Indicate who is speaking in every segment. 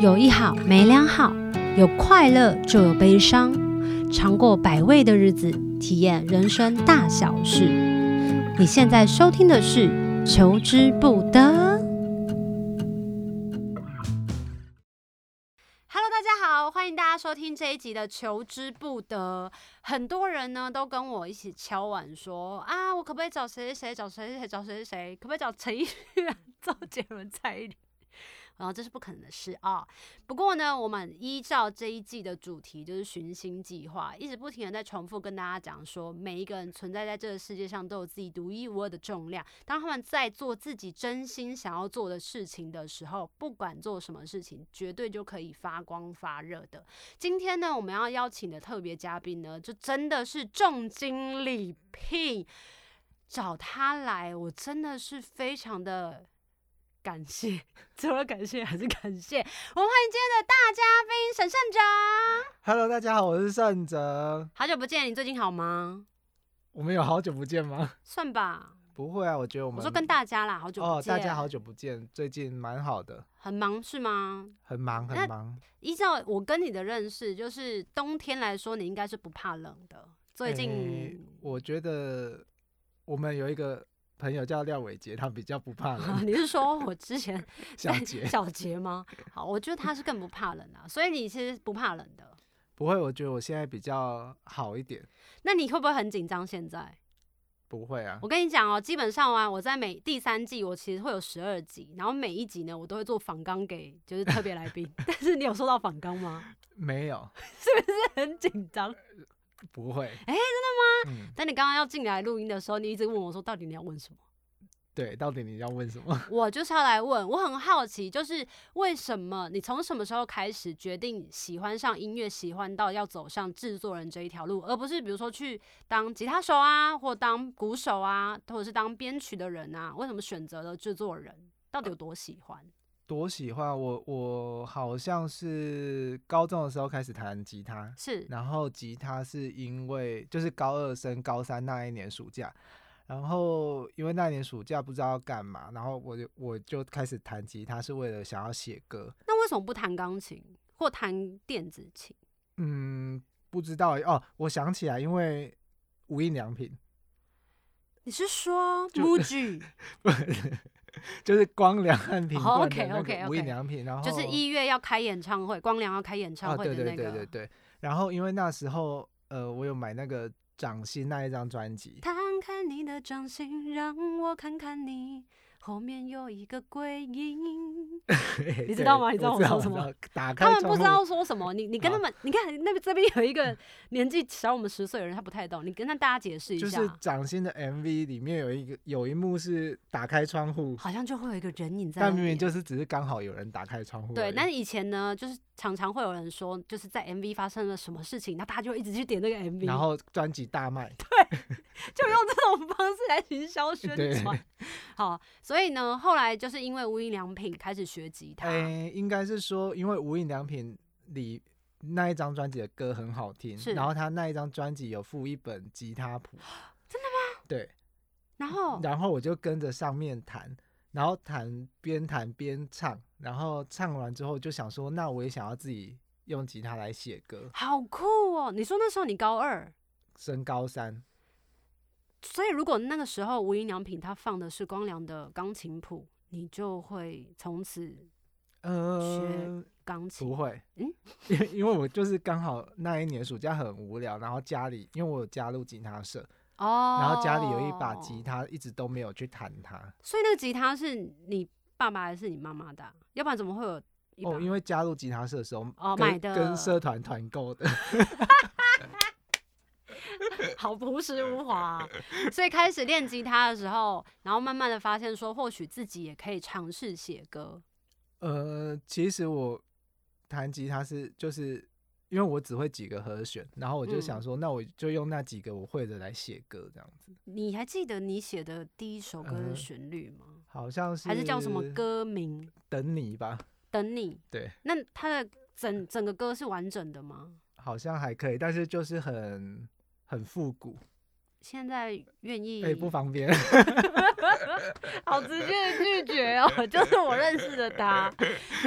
Speaker 1: 有一好没两好，有快乐就有悲伤，尝过百味的日子，体验人生大小事。你现在收听的是《求之不得》。Hello，大家好，欢迎大家收听这一集的《求之不得》。很多人呢都跟我一起敲碗说啊，我可不可以找谁谁谁，找谁谁谁，找谁谁谁，可不可以找陈奕迅、啊、 周杰伦、蔡依林？然后这是不可能的事啊、不过呢，我们依照这一季的主题就是寻星计划，一直不停的在重复跟大家讲说，每一个人存在在这个世界上都有自己独一无二的重量。当他们在做自己真心想要做的事情的时候，不管做什么事情，绝对就可以发光发热的。今天呢，我们要邀请的特别嘉宾呢，就真的是重金礼聘，找他来，我真的是非常的感谢， 除了感谢还是感谢。我们欢迎今天的大嘉宾沈胜哲，
Speaker 2: Hello，大家好，我是盛哲。
Speaker 1: 好久不见，你最近好吗？
Speaker 2: 我们有好久不见吗？
Speaker 1: 算吧，
Speaker 2: 不会啊，我觉得我们
Speaker 1: 我说跟大家啦，好久不
Speaker 2: 哦，
Speaker 1: 见，
Speaker 2: 大家好久不见，最近蛮好的，
Speaker 1: 很忙是吗？
Speaker 2: 很忙
Speaker 1: 那
Speaker 2: 很忙。
Speaker 1: 依照我跟你的认识，就是冬天来说，你应该是不怕冷的。最近、
Speaker 2: 诶我觉得我们有一个朋友叫廖伟杰，他比较不哎怕 冷，
Speaker 1: 你是说我之 前
Speaker 2: 小
Speaker 1: 在
Speaker 2: 杰
Speaker 1: 小杰吗？好，我觉得他是更不怕冷啊，所以你其实不怕冷的。
Speaker 2: 不会，我觉得我现在比较好一点，
Speaker 1: 那你会不会很紧张？现在
Speaker 2: 不会啊
Speaker 1: 我。跟你讲哦，基本上啊，我在每第三季我其实会有十二集，然后每一集呢，我都会做访纲给就是特别来宾。 但是你有收到访纲吗？
Speaker 2: 没有，
Speaker 1: 很紧张。
Speaker 2: 不会。
Speaker 1: 诶
Speaker 2: 真的吗？嗯，
Speaker 1: 但你刚刚要进来录音的时候，你一直问我说，到底你要问什么？
Speaker 2: 对，到底你要问什么？
Speaker 1: 我就是要来问，我很好奇，就是为什么你从什么时候开始决定喜欢上音乐，喜欢到要走上制作人这一条路，而不是比如说去当吉他手啊，或当鼓手啊，或者是当编曲的人啊？为什么选择了制作人？到底有多喜欢？
Speaker 2: 多喜欢我，我好像是高中的时候开始弹吉他，
Speaker 1: 是
Speaker 2: 然后吉他是因为就是高二升高三那一年暑假，然后因为那年暑假不知道要干嘛，然后我就我就开始弹吉他，是为了想要写歌。
Speaker 1: 那为什么不弹钢琴或弹电子琴？
Speaker 2: 嗯，不知道欸哦，我想起来，因为无印良品，
Speaker 1: 你是说
Speaker 2: 就
Speaker 1: Muji
Speaker 2: 不是就是光良和 品
Speaker 1: 哦
Speaker 2: 冠的那
Speaker 1: ，OK，OK，OK
Speaker 2: 个无印良品，然后
Speaker 1: 就是一月要开演唱会，光良要开演唱
Speaker 2: 哦啊，
Speaker 1: 会
Speaker 2: 对
Speaker 1: 的
Speaker 2: 对
Speaker 1: 那
Speaker 2: 对对
Speaker 1: 个？
Speaker 2: 对，然后因为那时候呃，我有买那个掌心那一张专辑，
Speaker 1: 摊开你的掌心，让我看看你。后面有一个鬼影，
Speaker 2: 你
Speaker 1: 知道吗你知道我说什？么
Speaker 2: 我知打开
Speaker 1: 他们不
Speaker 2: 窗
Speaker 1: 知
Speaker 2: 户
Speaker 1: 道说什么。你你
Speaker 2: 啊
Speaker 1: 跟他们，你看那边这边有一个年纪小我们十岁的人，他不太懂。你跟他大家解释一
Speaker 2: 就
Speaker 1: 下，
Speaker 2: 是掌心的 MV 里面有一个有一幕是打开窗户，
Speaker 1: 好像就会有一个人影在那
Speaker 2: 但
Speaker 1: 边。
Speaker 2: 明明就是只是刚好有人打开窗户而
Speaker 1: 对，
Speaker 2: 已。
Speaker 1: 但是以前呢，就是常常会有人说，就是在 MV 发生了什么事情，那大家就会一直去点那个 MV，
Speaker 2: 然后专辑大卖，
Speaker 1: 就用这种方式来行销宣
Speaker 2: 对
Speaker 1: 传。 好，所以呢，后来就是因为无印良品开始学吉他，
Speaker 2: 哎、应该是说因为无印良品里那一张专辑的歌很好听
Speaker 1: 是，
Speaker 2: 然后他那一张专辑有附一本吉他谱，
Speaker 1: 真哦
Speaker 2: 的吗？对，
Speaker 1: 然后
Speaker 2: 然后我就跟着上面弹，然后弹边弹边唱，然后唱完之后就想说，那我也想要自己用吉他来写歌，
Speaker 1: 好酷哦！你说那时候你高二，
Speaker 2: 升高三。
Speaker 1: 所以如果那个时候无印良品它放的是光良的钢琴谱，你就会从此
Speaker 2: 呃，
Speaker 1: 钢琴
Speaker 2: 不会，
Speaker 1: 嗯
Speaker 2: 嗯， 因为因为我就是刚好那一年暑假很无聊，然后家里因为我有加入吉他社，
Speaker 1: 哦。
Speaker 2: 然后家里有一把吉，他，一直都没有去弹它。
Speaker 1: 所以那个吉他是你爸爸还是你妈妈的啊、要不然怎么会有一把？
Speaker 2: 哦，因为加入吉他社的时候，
Speaker 1: 哦
Speaker 2: 跟
Speaker 1: 买的
Speaker 2: 跟社团团购的，
Speaker 1: 好朴实无华啊、所以开始练吉他的时候，然后慢慢的发现说，或许自己也可以尝试写歌。
Speaker 2: 呃，其实我弹吉他是就是因为我只会几个和弦，然后我就想
Speaker 1: 嗯
Speaker 2: 说，那我就用那几个我会的来写歌，这样子，
Speaker 1: 你还记得你写的第一首歌的
Speaker 2: 嗯
Speaker 1: 旋律吗？
Speaker 2: 好像是
Speaker 1: 还是叫什么？歌名？
Speaker 2: 等你吧，
Speaker 1: 等你。
Speaker 2: 对，
Speaker 1: 那它的整整个歌是完整的吗？
Speaker 2: 好像还可以，但是就是很很复古，
Speaker 1: 现在愿意，
Speaker 2: 哎、不方便。
Speaker 1: 好直接的拒绝哦， 就是我认识的他。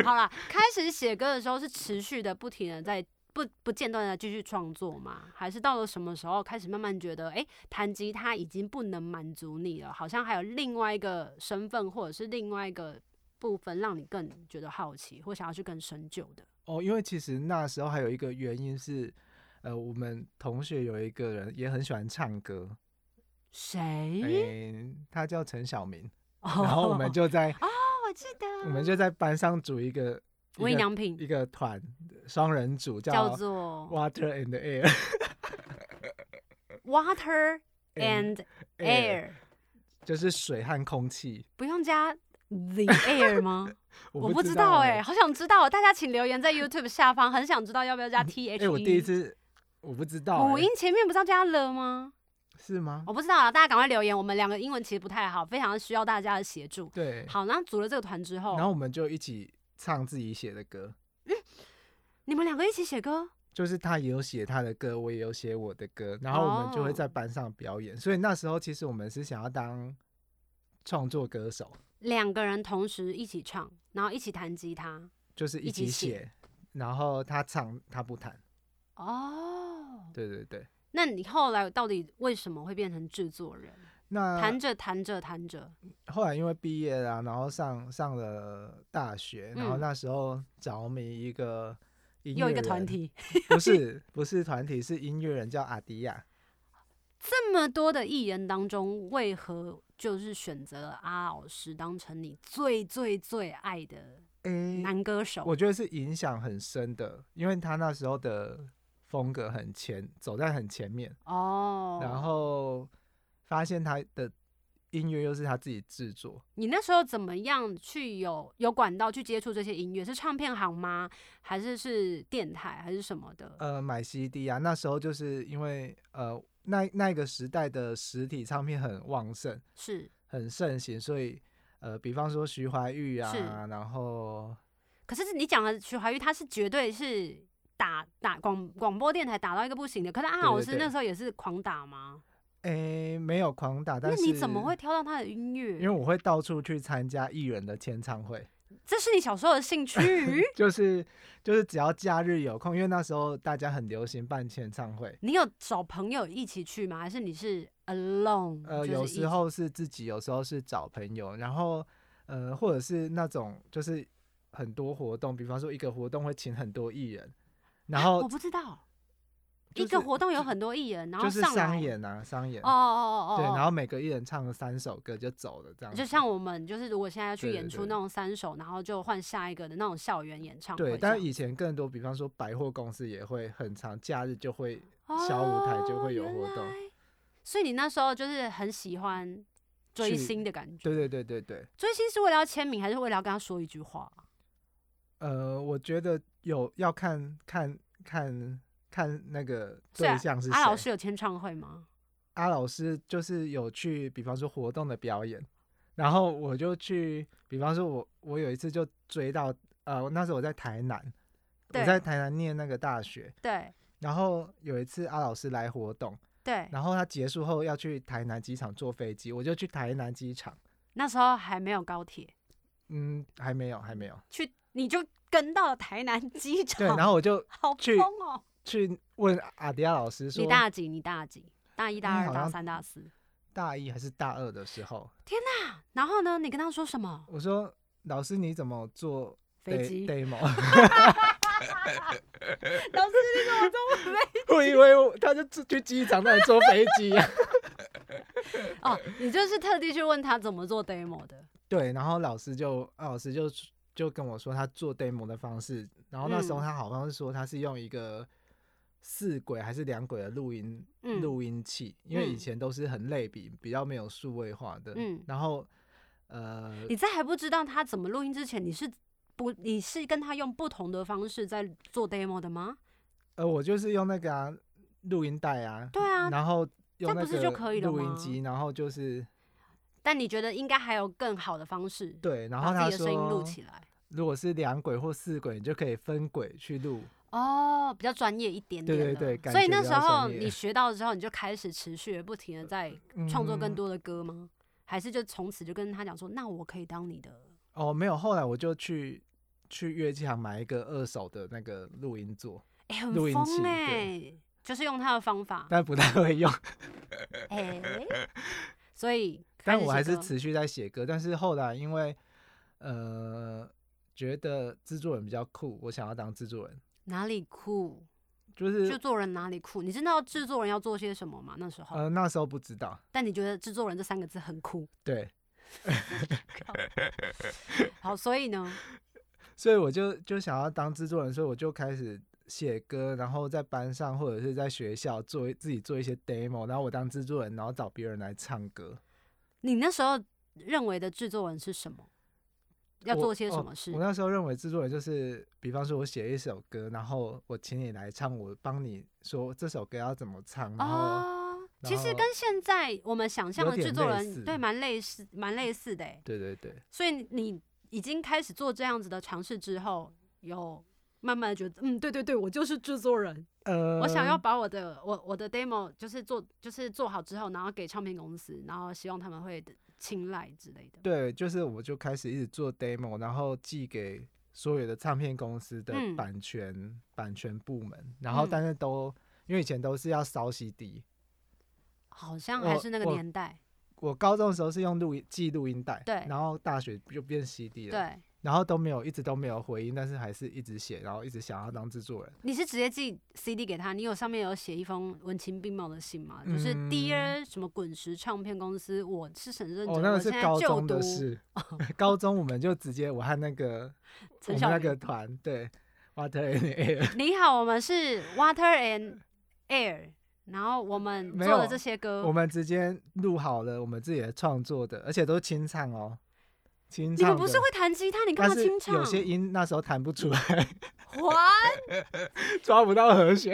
Speaker 1: 好啦，开始写歌的时候是持续的、不停的在不不间断的继续创作吗？还是到了什么时候开始慢慢觉得，哎、弹吉他已经不能满足你了，好像还有另外一个身份或者是另外一个部分让你更觉得好奇或想要去更深究的？
Speaker 2: 哦，因为其实那时候还有一个原因是，呃，我们同学有一个人也很喜欢唱歌，哎、
Speaker 1: 谁？
Speaker 2: 他叫陈小明，
Speaker 1: 哦，
Speaker 2: 然后我们 就在、
Speaker 1: 哦，我记得，
Speaker 2: 我们就在班上组一个一
Speaker 1: 无印
Speaker 2: 个
Speaker 1: 良品
Speaker 2: 一个团双人组
Speaker 1: 叫
Speaker 2: 叫
Speaker 1: 做
Speaker 2: Water and Air
Speaker 1: Water and Air，
Speaker 2: 就是水和空气。
Speaker 1: 不用加 The Air 吗？我
Speaker 2: 不
Speaker 1: 知道
Speaker 2: 哎、
Speaker 1: 哎、好想知道哦，大家请留言在 YouTube 下方，很想知道要不要 加 T
Speaker 2: 哎、
Speaker 1: H E。
Speaker 2: 我第一次我不知道、
Speaker 1: 母
Speaker 2: 哎
Speaker 1: 音前面不是要加了吗？
Speaker 2: 是吗？
Speaker 1: 我不知道啊，大家赶快留言。我们两个英文其实不太好，非常需要大家的协助。
Speaker 2: 对，
Speaker 1: 好，那组了这个团之后，
Speaker 2: 然后我们就一起唱自己写的歌，
Speaker 1: 你们两个一起写歌，
Speaker 2: 就是他也有写他的歌，我也有写我的歌，然后我们就会在
Speaker 1: 哦
Speaker 2: 班上表演。所以那时候其实我们是想要当创作歌手，
Speaker 1: 两个人同时一起唱，然后一起弹吉他。
Speaker 2: 就是
Speaker 1: 一起
Speaker 2: 起
Speaker 1: 写
Speaker 2: 写，然后他唱他不弹。
Speaker 1: 哦，
Speaker 2: 对对对，
Speaker 1: 那你后来到底为什么会变成制作人？
Speaker 2: 那
Speaker 1: 弹着弹着弹着，
Speaker 2: 后来因为毕业啦、然后上上了大学，然后
Speaker 1: 嗯
Speaker 2: 那时候着迷一个音乐
Speaker 1: 又一个团
Speaker 2: 人，
Speaker 1: 体，
Speaker 2: 不是不是团体，是音乐人叫阿迪亚。
Speaker 1: 这么多的艺人当中，为何就是选择了阿老师当成你最最最爱的
Speaker 2: 诶
Speaker 1: 男歌手？
Speaker 2: 我觉得是影响很深的，因为他那时候的风格很前，走在很前面，
Speaker 1: 哦，
Speaker 2: 然后发现他的音乐又是他自己制作，
Speaker 1: 你那时候怎么样去有有管道去接触这些音乐？是唱片行吗？还是是电台还是什么的？
Speaker 2: 呃，买 CD 啊，那时候就是因为呃那那个时代的实体唱片很旺盛，
Speaker 1: 是，
Speaker 2: 很盛行，所以呃，比方说徐怀钰
Speaker 1: 是
Speaker 2: 啊，然后
Speaker 1: 可是你讲的徐怀钰，他是绝对是打打广广播电台打到一个不行的。可是阿
Speaker 2: 对
Speaker 1: 老
Speaker 2: 对
Speaker 1: 师
Speaker 2: 对
Speaker 1: 那时候也是狂打吗？
Speaker 2: 诶、没有狂打，但
Speaker 1: 那
Speaker 2: 是
Speaker 1: 你怎么会？挑到他的音
Speaker 2: 因为
Speaker 1: 乐？
Speaker 2: 我会到处去参加艺人的签唱会。？
Speaker 1: 这是你小时候的兴趣
Speaker 2: 就是就是只要假日有空，因为那时候大家很流行办签唱会，
Speaker 1: 你有找朋友一起去吗？还是你是 alone？嗯
Speaker 2: 呃，
Speaker 1: 就是
Speaker 2: 有
Speaker 1: 一
Speaker 2: 时
Speaker 1: 起
Speaker 2: 候是自己，有时候是找朋友，然后呃，或者是那种就是很多活动，比方说一个活动会请很多艺人，然
Speaker 1: 我
Speaker 2: 后
Speaker 1: 不知道，
Speaker 2: 就
Speaker 1: 一个
Speaker 2: 是
Speaker 1: 活动有很多艺人，哦然后
Speaker 2: 就是
Speaker 1: 上来
Speaker 2: 商演啊，商演
Speaker 1: 哦，哦哦哦，
Speaker 2: 对，
Speaker 1: 哦
Speaker 2: 然后每个艺人唱了三首歌就走了，这样子，
Speaker 1: 就像我们就是如果现在要去
Speaker 2: 对对
Speaker 1: 演出
Speaker 2: 对
Speaker 1: 那种三首，然后就换下一个的那种校园演唱会这
Speaker 2: 对，
Speaker 1: 样，
Speaker 2: 但以前更多，比方说百货公司也会很长，假日就会小舞台就
Speaker 1: 哦
Speaker 2: 会有
Speaker 1: 原
Speaker 2: 活动
Speaker 1: 来所以你那时候就是很喜欢追
Speaker 2: 去
Speaker 1: 星的感觉，
Speaker 2: 对对对对对。
Speaker 1: 追星是为了要签名，还是为了要跟他说一句话？啊
Speaker 2: 呃，我觉得有要看看看看那个
Speaker 1: 所以
Speaker 2: 对象是谁。
Speaker 1: 阿啊老师有签唱会吗？
Speaker 2: 阿老师就是有去，比方说活动的表演，然后我就去，比方说我我有一次就追到，呃，那时候我在台南，我
Speaker 1: 对
Speaker 2: 在台南念那个大学，
Speaker 1: 对
Speaker 2: 然后有一次阿老师来活动，
Speaker 1: 对，
Speaker 2: 然后他结束后要去台南机场坐飞机，我就去台南机场，
Speaker 1: 那时候还没有高铁，
Speaker 2: 嗯，还没有，还没有，
Speaker 1: 去你就跟到了台南机场，
Speaker 2: 对，然后我就
Speaker 1: 好
Speaker 2: 去
Speaker 1: 疯哦！
Speaker 2: 去问阿迪亚老师说，
Speaker 1: 你大几？你大几？大一、大
Speaker 2: 哎
Speaker 1: 二、
Speaker 2: 好
Speaker 1: 大
Speaker 2: 像
Speaker 1: 三、大四。
Speaker 2: 大一还是大二的时候，
Speaker 1: 然后呢？你跟他说什么？
Speaker 2: 我说老师你怎么做
Speaker 1: 飞
Speaker 2: de-
Speaker 1: 机？
Speaker 2: demo？
Speaker 1: 老师，你怎么这么飞？
Speaker 2: 我以为我他就去去机场那里坐飞机、啊。
Speaker 1: 哦，你就是特地去问他怎么做 demo 的。
Speaker 2: 对，然后老师就啊老师就就跟我说他做 demo 的方式，然后那时候
Speaker 1: 嗯
Speaker 2: 他好像是说他是用一个四轨还是两轨的录音
Speaker 1: 嗯
Speaker 2: 录、音器，因为以
Speaker 1: 嗯
Speaker 2: 前都是很类比，比较没有数位化的。
Speaker 1: 嗯
Speaker 2: 然后呃，
Speaker 1: 你在还不知道他怎么录音之前，你是不你是跟他用不同的方式在做 demo 的吗？
Speaker 2: 呃，我就是用那个啊录音带啊，
Speaker 1: 对啊
Speaker 2: 然后用
Speaker 1: 这不
Speaker 2: 那
Speaker 1: 是就可
Speaker 2: 个
Speaker 1: 以了
Speaker 2: 录
Speaker 1: 吗
Speaker 2: 音机，然后就是
Speaker 1: 但你觉得应该还有更好的方式，
Speaker 2: 对，然后
Speaker 1: 把
Speaker 2: 他
Speaker 1: 自己的声
Speaker 2: 说
Speaker 1: 音录起来。
Speaker 2: 如果是两轨或四轨，你就可以分轨去录。
Speaker 1: 哦，比较专业一点点
Speaker 2: 对
Speaker 1: 的。
Speaker 2: 对对感
Speaker 1: 所以
Speaker 2: 觉
Speaker 1: 那
Speaker 2: 比
Speaker 1: 时
Speaker 2: 较专
Speaker 1: 候
Speaker 2: 业
Speaker 1: 你学到之后，你就开始持续地不停的在创作更
Speaker 2: 嗯
Speaker 1: 多的歌吗？还是就从此就跟他讲说，那我可以当你的？
Speaker 2: 哦，没有，后来我就去去乐器行买一个二手的那个录音座，
Speaker 1: 哎、很
Speaker 2: 录音器
Speaker 1: 疯
Speaker 2: 对
Speaker 1: 哎、就是用他的方法，
Speaker 2: 但不
Speaker 1: 哦
Speaker 2: 太会用。
Speaker 1: 哎、 所以开
Speaker 2: 但
Speaker 1: 始
Speaker 2: 我还
Speaker 1: 写
Speaker 2: 是
Speaker 1: 歌
Speaker 2: 持续在写歌，但是后来因为呃觉得制作人比较酷，我想要当制作人，
Speaker 1: 哪里酷，
Speaker 2: 就是
Speaker 1: 制作人哪里酷？你知道制作人要做些什么吗？那时候，
Speaker 2: 呃那时候不知道，
Speaker 1: 但你觉得制作人这三个字很酷，
Speaker 2: 对，
Speaker 1: 好，所以呢，
Speaker 2: 所以我就就想要当制作人，所以我就开始写歌，然后在班上或者是在学校做一自己做一些 demo，然后我当制作人，然后找别人来唱歌。
Speaker 1: 你那时候认为的制作人是什么？要
Speaker 2: 我
Speaker 1: 做些什
Speaker 2: 哦
Speaker 1: 么事？
Speaker 2: 我那时候认为制作人就是，比方说我写一首歌，然后我请你来唱，我帮你说这首歌要怎么唱，然后、
Speaker 1: 哦，其
Speaker 2: 然
Speaker 1: 实
Speaker 2: 后
Speaker 1: 跟现在我们想象
Speaker 2: 有
Speaker 1: 的制
Speaker 2: 点
Speaker 1: 作
Speaker 2: 类
Speaker 1: 人
Speaker 2: 似
Speaker 1: 对蛮类似，蛮类似的欸。
Speaker 2: 对对对，
Speaker 1: 所以你已经开始做这样子的尝试之后，有慢慢的觉得，嗯，对对对，我就是制作人，
Speaker 2: 呃，
Speaker 1: 我想要把我的我我的 demo 就是做就是做好之后，然后给唱片公司，然后希望他们会青睐之类的。
Speaker 2: 对，就是我就开始一直做 demo，然后寄给所有的唱片公司的
Speaker 1: 嗯
Speaker 2: 版权、版权部门，然后
Speaker 1: 嗯
Speaker 2: 但是都、因为以前都是要烧 CD，
Speaker 1: 好像还
Speaker 2: 我
Speaker 1: 是那个
Speaker 2: 我
Speaker 1: 年代，
Speaker 2: 我高中的时候是用录音寄录音带，
Speaker 1: 对
Speaker 2: 然后大学就变 CD 了，，
Speaker 1: 对，
Speaker 2: 然后都没有一直都没有回音，但是还是一直写，然后一直想要当制作人。
Speaker 1: 你是直接寄 CD 给他？你有上面有写一封文情并茂的信吗？就是
Speaker 2: 嗯
Speaker 1: Dear 什么滚石唱片公司，我是很认真，
Speaker 2: 哦，那
Speaker 1: 我
Speaker 2: 个是
Speaker 1: 现在
Speaker 2: 高
Speaker 1: 就
Speaker 2: 中
Speaker 1: 读哦
Speaker 2: 的事， 高中我们就直接我和那 个我
Speaker 1: 陈
Speaker 2: 们
Speaker 1: 小
Speaker 2: 那
Speaker 1: 明
Speaker 2: 个团对 Water and Air
Speaker 1: 你好，我们是 Water and Air，然后我们
Speaker 2: 没
Speaker 1: 做了
Speaker 2: 有
Speaker 1: 这些
Speaker 2: 我
Speaker 1: 歌，
Speaker 2: 们直接录好了我们自己的创作的，而且都是清唱哦，清
Speaker 1: 你
Speaker 2: 唱的。
Speaker 1: 们不是会弹吉他，你干
Speaker 2: 但
Speaker 1: 嘛
Speaker 2: 是
Speaker 1: 清唱？
Speaker 2: 有些音那时候弹不出来，
Speaker 1: 哇，
Speaker 2: 抓不到和弦，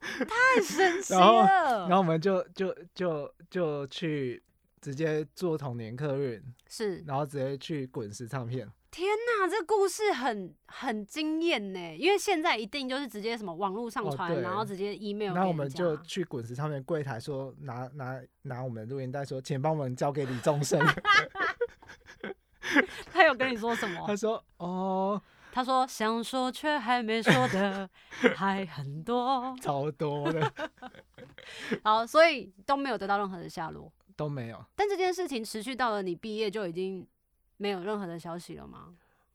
Speaker 1: 太神奇
Speaker 2: 然后
Speaker 1: 了！
Speaker 2: 然后我们就就就就去直接做童年客运，
Speaker 1: 是
Speaker 2: 然后直接去滚石唱片。
Speaker 1: 天哪，这故事很很惊艳呢，因为现在一定就是直接什么网络上
Speaker 2: 哦
Speaker 1: 传，
Speaker 2: 对
Speaker 1: 然后直接 email
Speaker 2: 然后
Speaker 1: 给
Speaker 2: 我们
Speaker 1: 人家
Speaker 2: 就去滚石唱片柜台说拿拿拿我们的录音带说，请帮我们交给李宗盛。
Speaker 1: 他有跟你说什
Speaker 2: 他
Speaker 1: 么？
Speaker 2: 说哦，
Speaker 1: 他说想说却还没说 的还很多，
Speaker 2: 超多 的
Speaker 1: 好，所以都没有得到任何的下落。
Speaker 2: 都没有。
Speaker 1: 但这件事情持续到了你毕业就已经没有任何的消息了吗？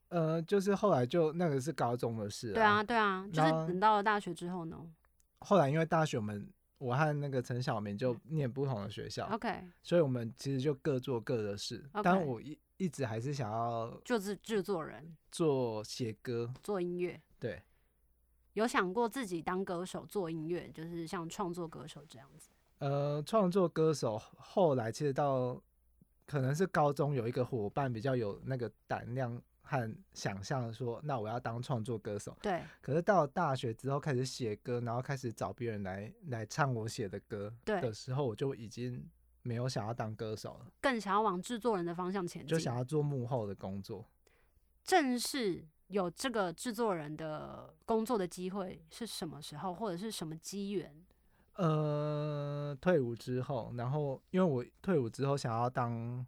Speaker 2: 呃，就是后来就那个是高中的事、
Speaker 1: 对啊，对啊，就是
Speaker 2: 那
Speaker 1: 等到了大学之后呢
Speaker 2: 后来因为大学我们我和那个陈晓明就念不同的学校，
Speaker 1: ？OK，
Speaker 2: 所以我们其实就各做各的事。
Speaker 1: 哦 OK
Speaker 2: 但我一一直还是想要
Speaker 1: 就是制作人
Speaker 2: 做写歌，
Speaker 1: 做音乐，
Speaker 2: 对，
Speaker 1: 有想过自己当歌手做音乐，就是像创作歌手这样子。
Speaker 2: 呃，创作歌手。后来其实到可能是高中有一个伙伴比较有那个胆量和想象，说那我要当创作歌手。
Speaker 1: 对
Speaker 2: 可是到了大学之后开始写歌，然后开始找别人来来唱我写的歌
Speaker 1: 对
Speaker 2: 的时候，我就已经没有想要当歌手了，
Speaker 1: 更想要往制作人的方向前进，
Speaker 2: 就想要做幕后的工作。
Speaker 1: 正式有这个制作人的工作的机会是什么时候，或者是什么机缘？
Speaker 2: 呃，退伍之后，然后因为我退伍之后想要当，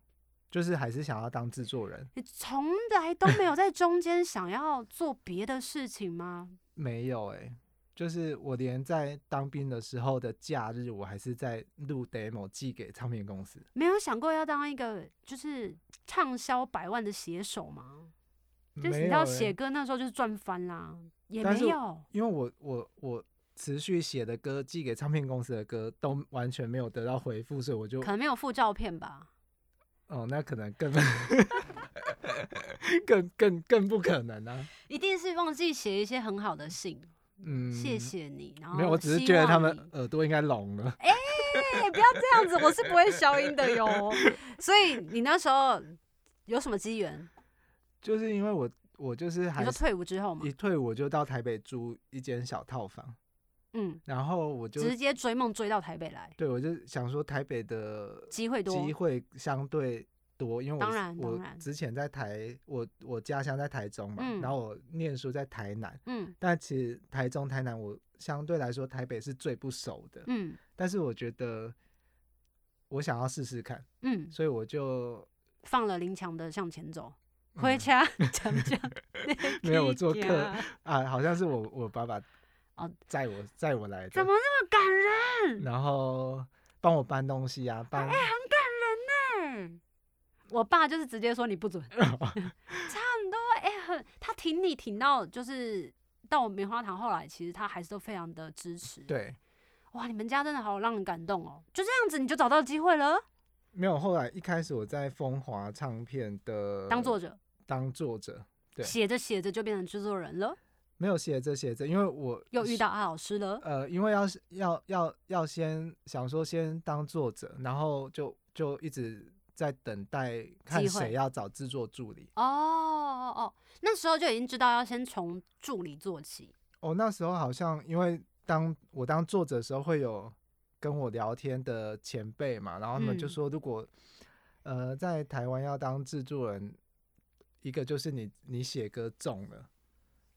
Speaker 2: 就是还是想要当制作人，
Speaker 1: 你从来都没有在中间想要做别的事情吗？
Speaker 2: 没有哎、就是我连在当兵的时候的假日，我还是在录 demo 寄给唱片公司。
Speaker 1: 没有想过要当一个就是畅销百万的写手吗？就是
Speaker 2: 没
Speaker 1: 你
Speaker 2: 有、
Speaker 1: 要写
Speaker 2: 欸，
Speaker 1: 歌那时候就是赚翻啦，也
Speaker 2: 但
Speaker 1: 没
Speaker 2: 是
Speaker 1: 有。
Speaker 2: 因为我我我持续写的歌寄给唱片公司的歌都完全没有得到回复，所以我就
Speaker 1: 可能没有附照片吧，
Speaker 2: 哦，那可能更更更更不可能啊。
Speaker 1: 一定是忘记写一些很好的信，
Speaker 2: 嗯，
Speaker 1: 谢。谢你。然后
Speaker 2: 没有，我只是
Speaker 1: 希
Speaker 2: 觉得他
Speaker 1: 望
Speaker 2: 们
Speaker 1: 你
Speaker 2: 耳朵应该聋了。
Speaker 1: 哎、不要这样子，我是不会消音的哟。 所以你那时候有什么机缘？
Speaker 2: 就是因为我我就是
Speaker 1: 你
Speaker 2: 还
Speaker 1: 说
Speaker 2: 是
Speaker 1: 退伍之后嘛
Speaker 2: 一，退伍就到台北租一间小套房，
Speaker 1: 嗯，
Speaker 2: 然后我就
Speaker 1: 直接追梦追到台北来，
Speaker 2: 对我就想说台北的
Speaker 1: 机会多。
Speaker 2: 机会相对多，因为
Speaker 1: 当然
Speaker 2: 我
Speaker 1: 当
Speaker 2: 我
Speaker 1: 然
Speaker 2: 之前在台，我我家乡在台中嘛，
Speaker 1: 嗯
Speaker 2: 然后我念书在台南，
Speaker 1: 嗯
Speaker 2: 但其实台中、台南我相对来说台北是最不熟的，
Speaker 1: 嗯
Speaker 2: 但是我觉得我想要试试看，
Speaker 1: 嗯，
Speaker 2: 所以我就
Speaker 1: 放了林强的向前走，
Speaker 2: 嗯
Speaker 1: 回家讲讲。
Speaker 2: 没有我做客啊，好像是我我爸爸
Speaker 1: 哦
Speaker 2: 载我载我来
Speaker 1: 怎
Speaker 2: 的
Speaker 1: 么，那么感人
Speaker 2: 然后帮我搬东西啊，
Speaker 1: 哎
Speaker 2: 搬。
Speaker 1: 呢？我爸就是直接说你不准，差很多哎、很他挺你挺到就是到棉花糖后来，其实他还是都非常的支持。，
Speaker 2: 对，
Speaker 1: 哇，你们家真的好让人感动哦！就这样子你就找到机会了，
Speaker 2: 呃没有。后来一开始我在风华唱片的
Speaker 1: 当作者，
Speaker 2: 当作者，对
Speaker 1: 写着写着就变成制作人了，
Speaker 2: 没有写着写着，因为我
Speaker 1: 又遇
Speaker 2: 是
Speaker 1: 到阿老师了。
Speaker 2: 呃，因为要是要要要先想说先当作者，然后就就一直在等待看
Speaker 1: 机会
Speaker 2: 谁要找制作助理。
Speaker 1: 哦哦哦，那时候就已经知道要先从助理做起。
Speaker 2: 哦，那时候好像因为当我当作者的时候，会有跟我聊天的前辈嘛，然后他们就
Speaker 1: 嗯
Speaker 2: 说，如果、呃在台湾要当制作人，一个就是你你写歌中了，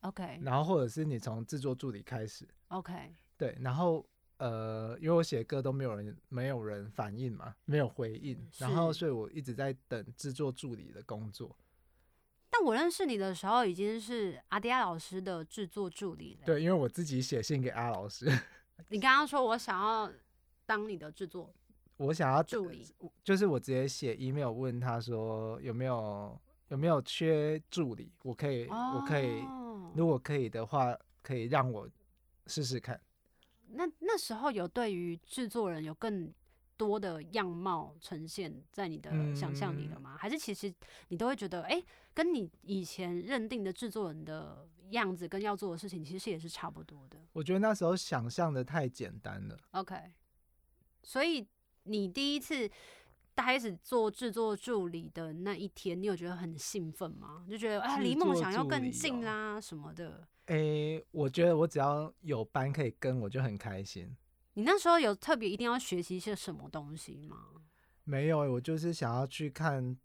Speaker 1: OK
Speaker 2: 然后或者是你从制作助理开始，
Speaker 1: OK，
Speaker 2: 对，然后呃，因为我写歌都没有人没有人反应嘛，没有回应，然后
Speaker 1: 嗯是
Speaker 2: 所以我一直在等制作助理的工作。
Speaker 1: 但我认识你的时候已经是阿迪亚老师的制作助理了。，
Speaker 2: 对，因为我自己写信给阿老师，
Speaker 1: 你刚刚说我想要当你的制作
Speaker 2: 我想要
Speaker 1: 助理，
Speaker 2: 就是我直接写 email 问他说有没有有没有缺助理，我可以、
Speaker 1: 哦，
Speaker 2: 我可以，如果可以的话，可以让我试试看。
Speaker 1: 那那时候有对于制作人有更多的样貌呈现在你的想象
Speaker 2: 嗯
Speaker 1: 里了吗？还是其实你都会觉得，哎、跟你以前认定的制作人的样子跟要做的事情，其实也是差不多的。
Speaker 2: 我觉得那时候想象的太简单了。
Speaker 1: OK，所以你第一次开始做制作助理的那一天，你有觉得很兴奋吗？就觉得啊，
Speaker 2: 制
Speaker 1: 离梦
Speaker 2: 作
Speaker 1: 想要
Speaker 2: 助
Speaker 1: 更
Speaker 2: 理
Speaker 1: 近
Speaker 2: 哦
Speaker 1: 啦、什么的。
Speaker 2: 诶、我觉得我只要有班可以跟，我就很开心。
Speaker 1: 你那时候有特别一定要学习一些什么东西吗？
Speaker 2: 没有欸，我就是想要去看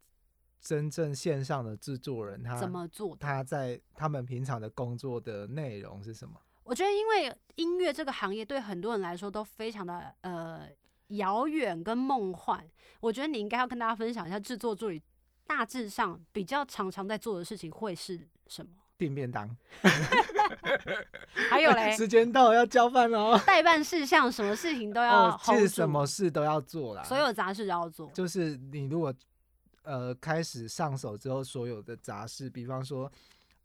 Speaker 2: 真正线上的制作人他
Speaker 1: 怎么做的？
Speaker 2: 他在他们平常的工作的内容是什么。
Speaker 1: 我觉得，因为音乐这个行业对很多人来说都非常的呃遥远跟梦幻。我觉得你应该要跟大家分享一下制作助理大致上比较常常在做的事情会是什么。
Speaker 2: 订便当，
Speaker 1: 还 有嘞，
Speaker 2: 时间到了要交饭了哦。
Speaker 1: 代办事项，什么事情都要
Speaker 2: 哦，其
Speaker 1: hold
Speaker 2: 实
Speaker 1: 住，
Speaker 2: 什么事都要做啦，
Speaker 1: 啊所有杂事都要做。
Speaker 2: 就是你如果呃开始上手之后，所有的杂事，比方说、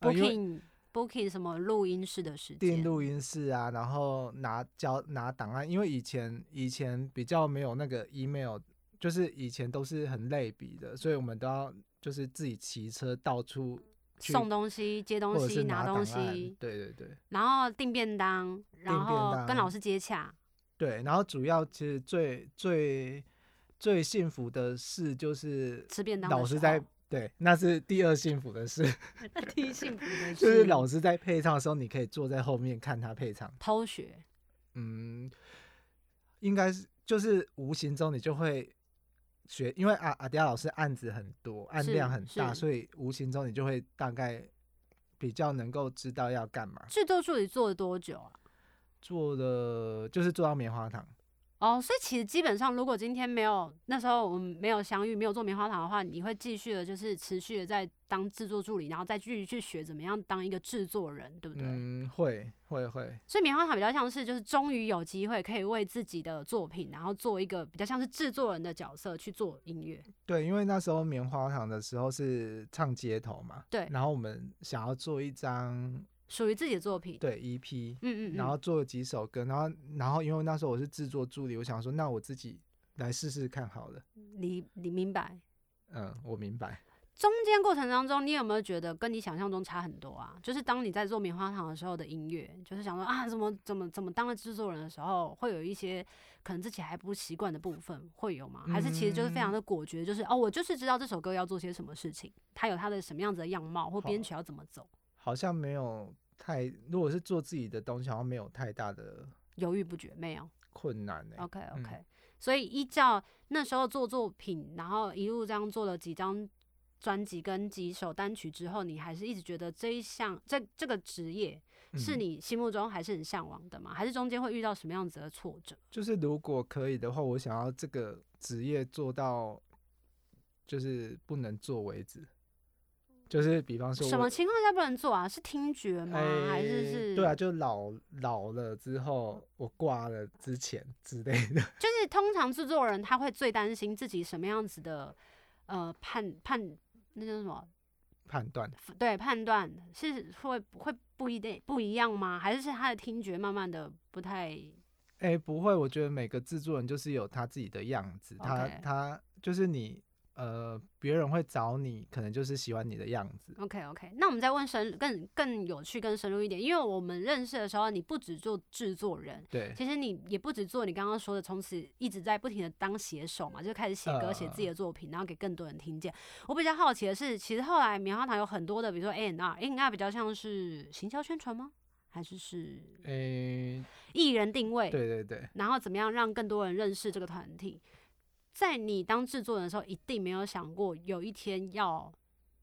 Speaker 2: 呃、因为
Speaker 1: Booking Booking 什么录音室的时
Speaker 2: 订
Speaker 1: 间，
Speaker 2: 录音室啊，然后拿交拿档案，因为以前以前比较没有那个 email，就是以前都是很类比的，所以我们都要就是自己骑车到处去
Speaker 1: 送东西、接
Speaker 2: 或
Speaker 1: 东
Speaker 2: 者
Speaker 1: 西、
Speaker 2: 是
Speaker 1: 拿东
Speaker 2: 档案
Speaker 1: 西，
Speaker 2: 对对对
Speaker 1: 然后订便当，
Speaker 2: 订
Speaker 1: 然
Speaker 2: 便
Speaker 1: 后跟
Speaker 2: 当
Speaker 1: 老师接洽。
Speaker 2: 对，然后主要其实最最最幸福的事就是
Speaker 1: 吃便当的
Speaker 2: 老
Speaker 1: 时
Speaker 2: 师
Speaker 1: 候
Speaker 2: 在。对，那是第二幸福的事，
Speaker 1: 第一幸福的
Speaker 2: 就是老师在配唱的时候，你可以坐在后面看他配唱。
Speaker 1: 偷学，
Speaker 2: 嗯，应该是就是无形中你就会学，因为阿阿迪亚老师案子很多，案
Speaker 1: 是
Speaker 2: 量很大，
Speaker 1: 是
Speaker 2: 所以无形中你就会大概比较能够知道要干嘛。
Speaker 1: 制作助理做了多久啊？
Speaker 2: 做的就是做到棉花糖，
Speaker 1: 哦，所以其实基本上，如果今天没有那时候我们没有相遇，没有做棉花糖的话，你会继续的，就是持续的在当制作助理，然后再继续去学怎么样当一个制作人，对不对？
Speaker 2: 嗯，会会会，
Speaker 1: 所以棉花糖比较像是就是终于有机会可以为自己的作品，然后做一个比较像是制作人的角色去做音乐。
Speaker 2: 对，因为那时候棉花糖的时候是唱街头嘛，
Speaker 1: 对
Speaker 2: 然后我们想要做一张
Speaker 1: 属于自己的作品。
Speaker 2: 对 EP，
Speaker 1: 嗯嗯嗯。
Speaker 2: 然后做了几首歌，然后然后因为那时候我是制作助理，我想说那我自己来试试看好了。
Speaker 1: 你你明白，
Speaker 2: 嗯，我明白。
Speaker 1: 中间过程当中，你有没有觉得跟你想象中差很多啊？就是当你在做棉花糖的时候的音乐，就是想说啊，怎么怎么怎么当了制作人的时候，会有一些可能自己还不习惯的部分，会有吗？还是其实就是非
Speaker 2: 嗯
Speaker 1: 常的果决，就是哦，我就是知道这首歌要做些什么事情，它有它的什么样子的样貌，或编曲要怎么走，
Speaker 2: 好像没有太，如果是做自己的东西，好像没有太大的
Speaker 1: 犹豫不决没有。
Speaker 2: 困难呢、
Speaker 1: OK
Speaker 2: 嗯
Speaker 1: OK，、所以依照那时候做作品，然后一路这样做了几张专辑跟几首单曲之后，你还是一直觉得这一项这这个职业是
Speaker 2: 嗯
Speaker 1: 你心目中还是很向往的吗？还是中间会遇到什么样子的挫折？
Speaker 2: 就是如果可以的话，我想要这个职业做到，就是不能做为止。就是比方说我，
Speaker 1: 什么情况下不能做啊？是听觉吗？
Speaker 2: 哎，
Speaker 1: 还是是？
Speaker 2: 对啊，，就老老了之后，我挂了之前之类的。
Speaker 1: 就是通常制作人他会最担心自己什么样子的呃判判那叫什么？
Speaker 2: 判断，
Speaker 1: 对，判断是会会不一定不一样吗？还是是他的听觉慢慢的不太
Speaker 2: 哎、不会，我觉得每个制作人就是有他自己的样子，他
Speaker 1: OK
Speaker 2: 他就是你，呃，别人会找你，可能就是喜欢你的样子。
Speaker 1: OK OK，那我们再问深更更有趣、更深入一点，因为我们认识的时候，你不只做制作人，
Speaker 2: 对，
Speaker 1: 其实你也不只做你刚刚说的，从此一直在不停的当写手嘛，就开始写歌、写自己的作品，然后给更多人听见。我比较好奇的是，其实后来棉花糖有很多的，比如说 A N R，A N R 比较像是行销宣传吗？还是是
Speaker 2: 哎、
Speaker 1: 艺人定位？
Speaker 2: 对对对，
Speaker 1: 然后怎么样让更多人认识这个团体。在你当制作人的时候，一定没有想过有一天要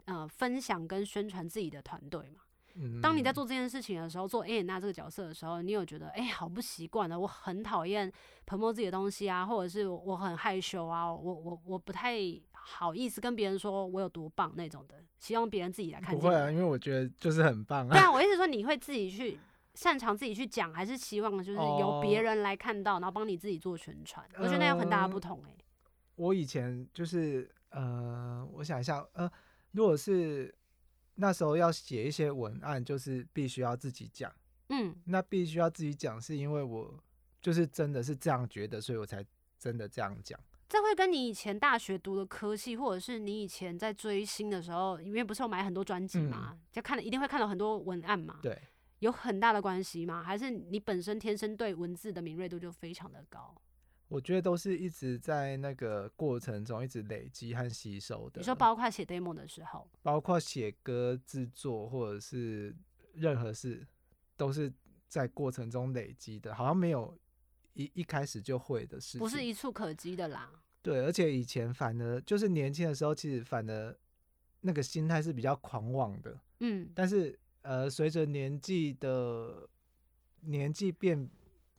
Speaker 1: 呃分享跟宣传自己的团队嘛？
Speaker 2: 嗯。
Speaker 1: 当你在做这件事情的时候，做 A 娜这个角色的时候，你有觉得哎、好不习惯啊，我很讨厌 promo 自己的东西啊，或者是我很害羞啊，我我我不太好意思跟别人说我有多棒那种的，希望别人自己来看
Speaker 2: 不
Speaker 1: 见
Speaker 2: 会
Speaker 1: 你。
Speaker 2: 啊，因为我觉得就是很 棒
Speaker 1: 对
Speaker 2: 啊。
Speaker 1: 啊，我意思说你会自己去擅长自己去讲，还是希望就是由别
Speaker 2: 哦
Speaker 1: 人来看到，然后帮你自己做宣传？我觉得那有很大的不
Speaker 2: 嗯
Speaker 1: 同哎、欸。
Speaker 2: 我以前就是呃，我想一下，呃，如果是那时候要写一些文案，就是必须要自己讲。
Speaker 1: 嗯，
Speaker 2: 那必须要自己讲，是因为我就是真的是这样觉得，所以我才真的这样讲。
Speaker 1: 这会跟你以前大学读的科系，或者是你以前在追星的时候，因为不是有买很多专辑
Speaker 2: 嗯
Speaker 1: 嘛，就看了一定会看到很多文案嘛，
Speaker 2: 对，
Speaker 1: 有很大的关系吗？还是你本身天生对文字的敏锐度就非常的高？
Speaker 2: 我觉得都是一直在那个过程中一直累积和吸收的。
Speaker 1: 你说包括写 demo 的时候，
Speaker 2: 包括写歌、制作或者是任何事，都是在过程中累积的，好像没有一一开始就会的事情。
Speaker 1: 不是一触可及的啦。
Speaker 2: 对，而且以前反而就是年轻的时候，其实反而那个心态是比较狂妄的。
Speaker 1: 嗯，
Speaker 2: 但是呃，随着年纪的年纪变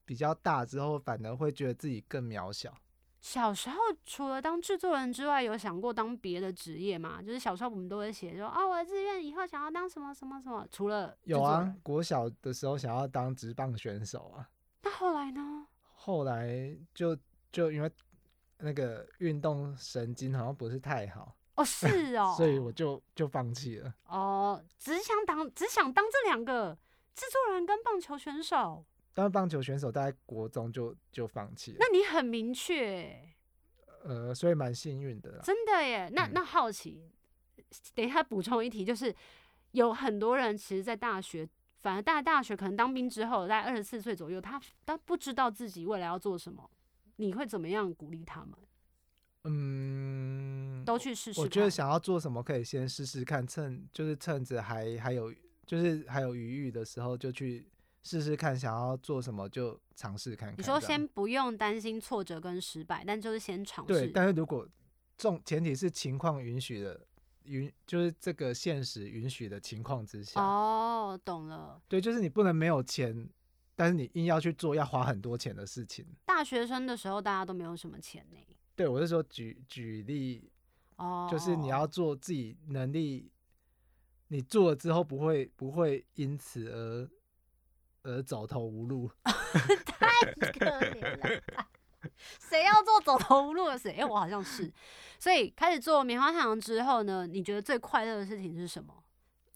Speaker 2: 比较大之后，反而会觉得自己更渺小。
Speaker 1: 小时候除了当制作人之外，有想过当别的职业吗？就是小时候我们都会写说，哦，我的志愿以后想要当什么什么什么。除了制
Speaker 2: 有
Speaker 1: 作
Speaker 2: 啊
Speaker 1: 人，，
Speaker 2: 国小的时候想要当职棒选手啊，
Speaker 1: 那后来呢？
Speaker 2: 后来就就因为那个运动神经好像不是太好，
Speaker 1: 哦，是哦，
Speaker 2: 所以我就就放弃了。
Speaker 1: 哦，只想当只想当这两个制作人跟棒球选手，
Speaker 2: 当棒球选手大概国中就就放弃了
Speaker 1: 那，你很明确，欸
Speaker 2: 呃，所以蛮幸运的啦。
Speaker 1: 真的耶。那
Speaker 2: 嗯
Speaker 1: 那好奇，等一下补充一题，就是有很多人其实，在大学。反而大大学可能当兵之后，在二十四岁左右，他他不知道自己未来要做什么，你会怎么样鼓励他们？
Speaker 2: 嗯，
Speaker 1: 都去试试看。
Speaker 2: 我觉得想要做什么，可以先试试看，趁就是趁着还还有就是还有余裕的时候，就去试试看，想要做什么就尝试看看。
Speaker 1: 你说
Speaker 2: 这样
Speaker 1: 先不用担心挫折跟失败，但就是先尝
Speaker 2: 对，
Speaker 1: 试。
Speaker 2: 但是如果重前提是情况允许的，允就是这个现实允许的情况之下，
Speaker 1: 哦，懂了。
Speaker 2: 对，就是你不能没有钱，但是你硬要去做要花很多钱的事情。
Speaker 1: 大学生的时候大家都没有什么钱呢、
Speaker 2: 对我是说举举例，
Speaker 1: 哦，
Speaker 2: 就是你要做自己能力，你做了之后不会不会因此而而走投无路。
Speaker 1: 太 可怜了吧。谁要做走投无路的谁？哎、我好像是。所以开始做棉花糖之后呢，你觉得最快乐的事情是什么？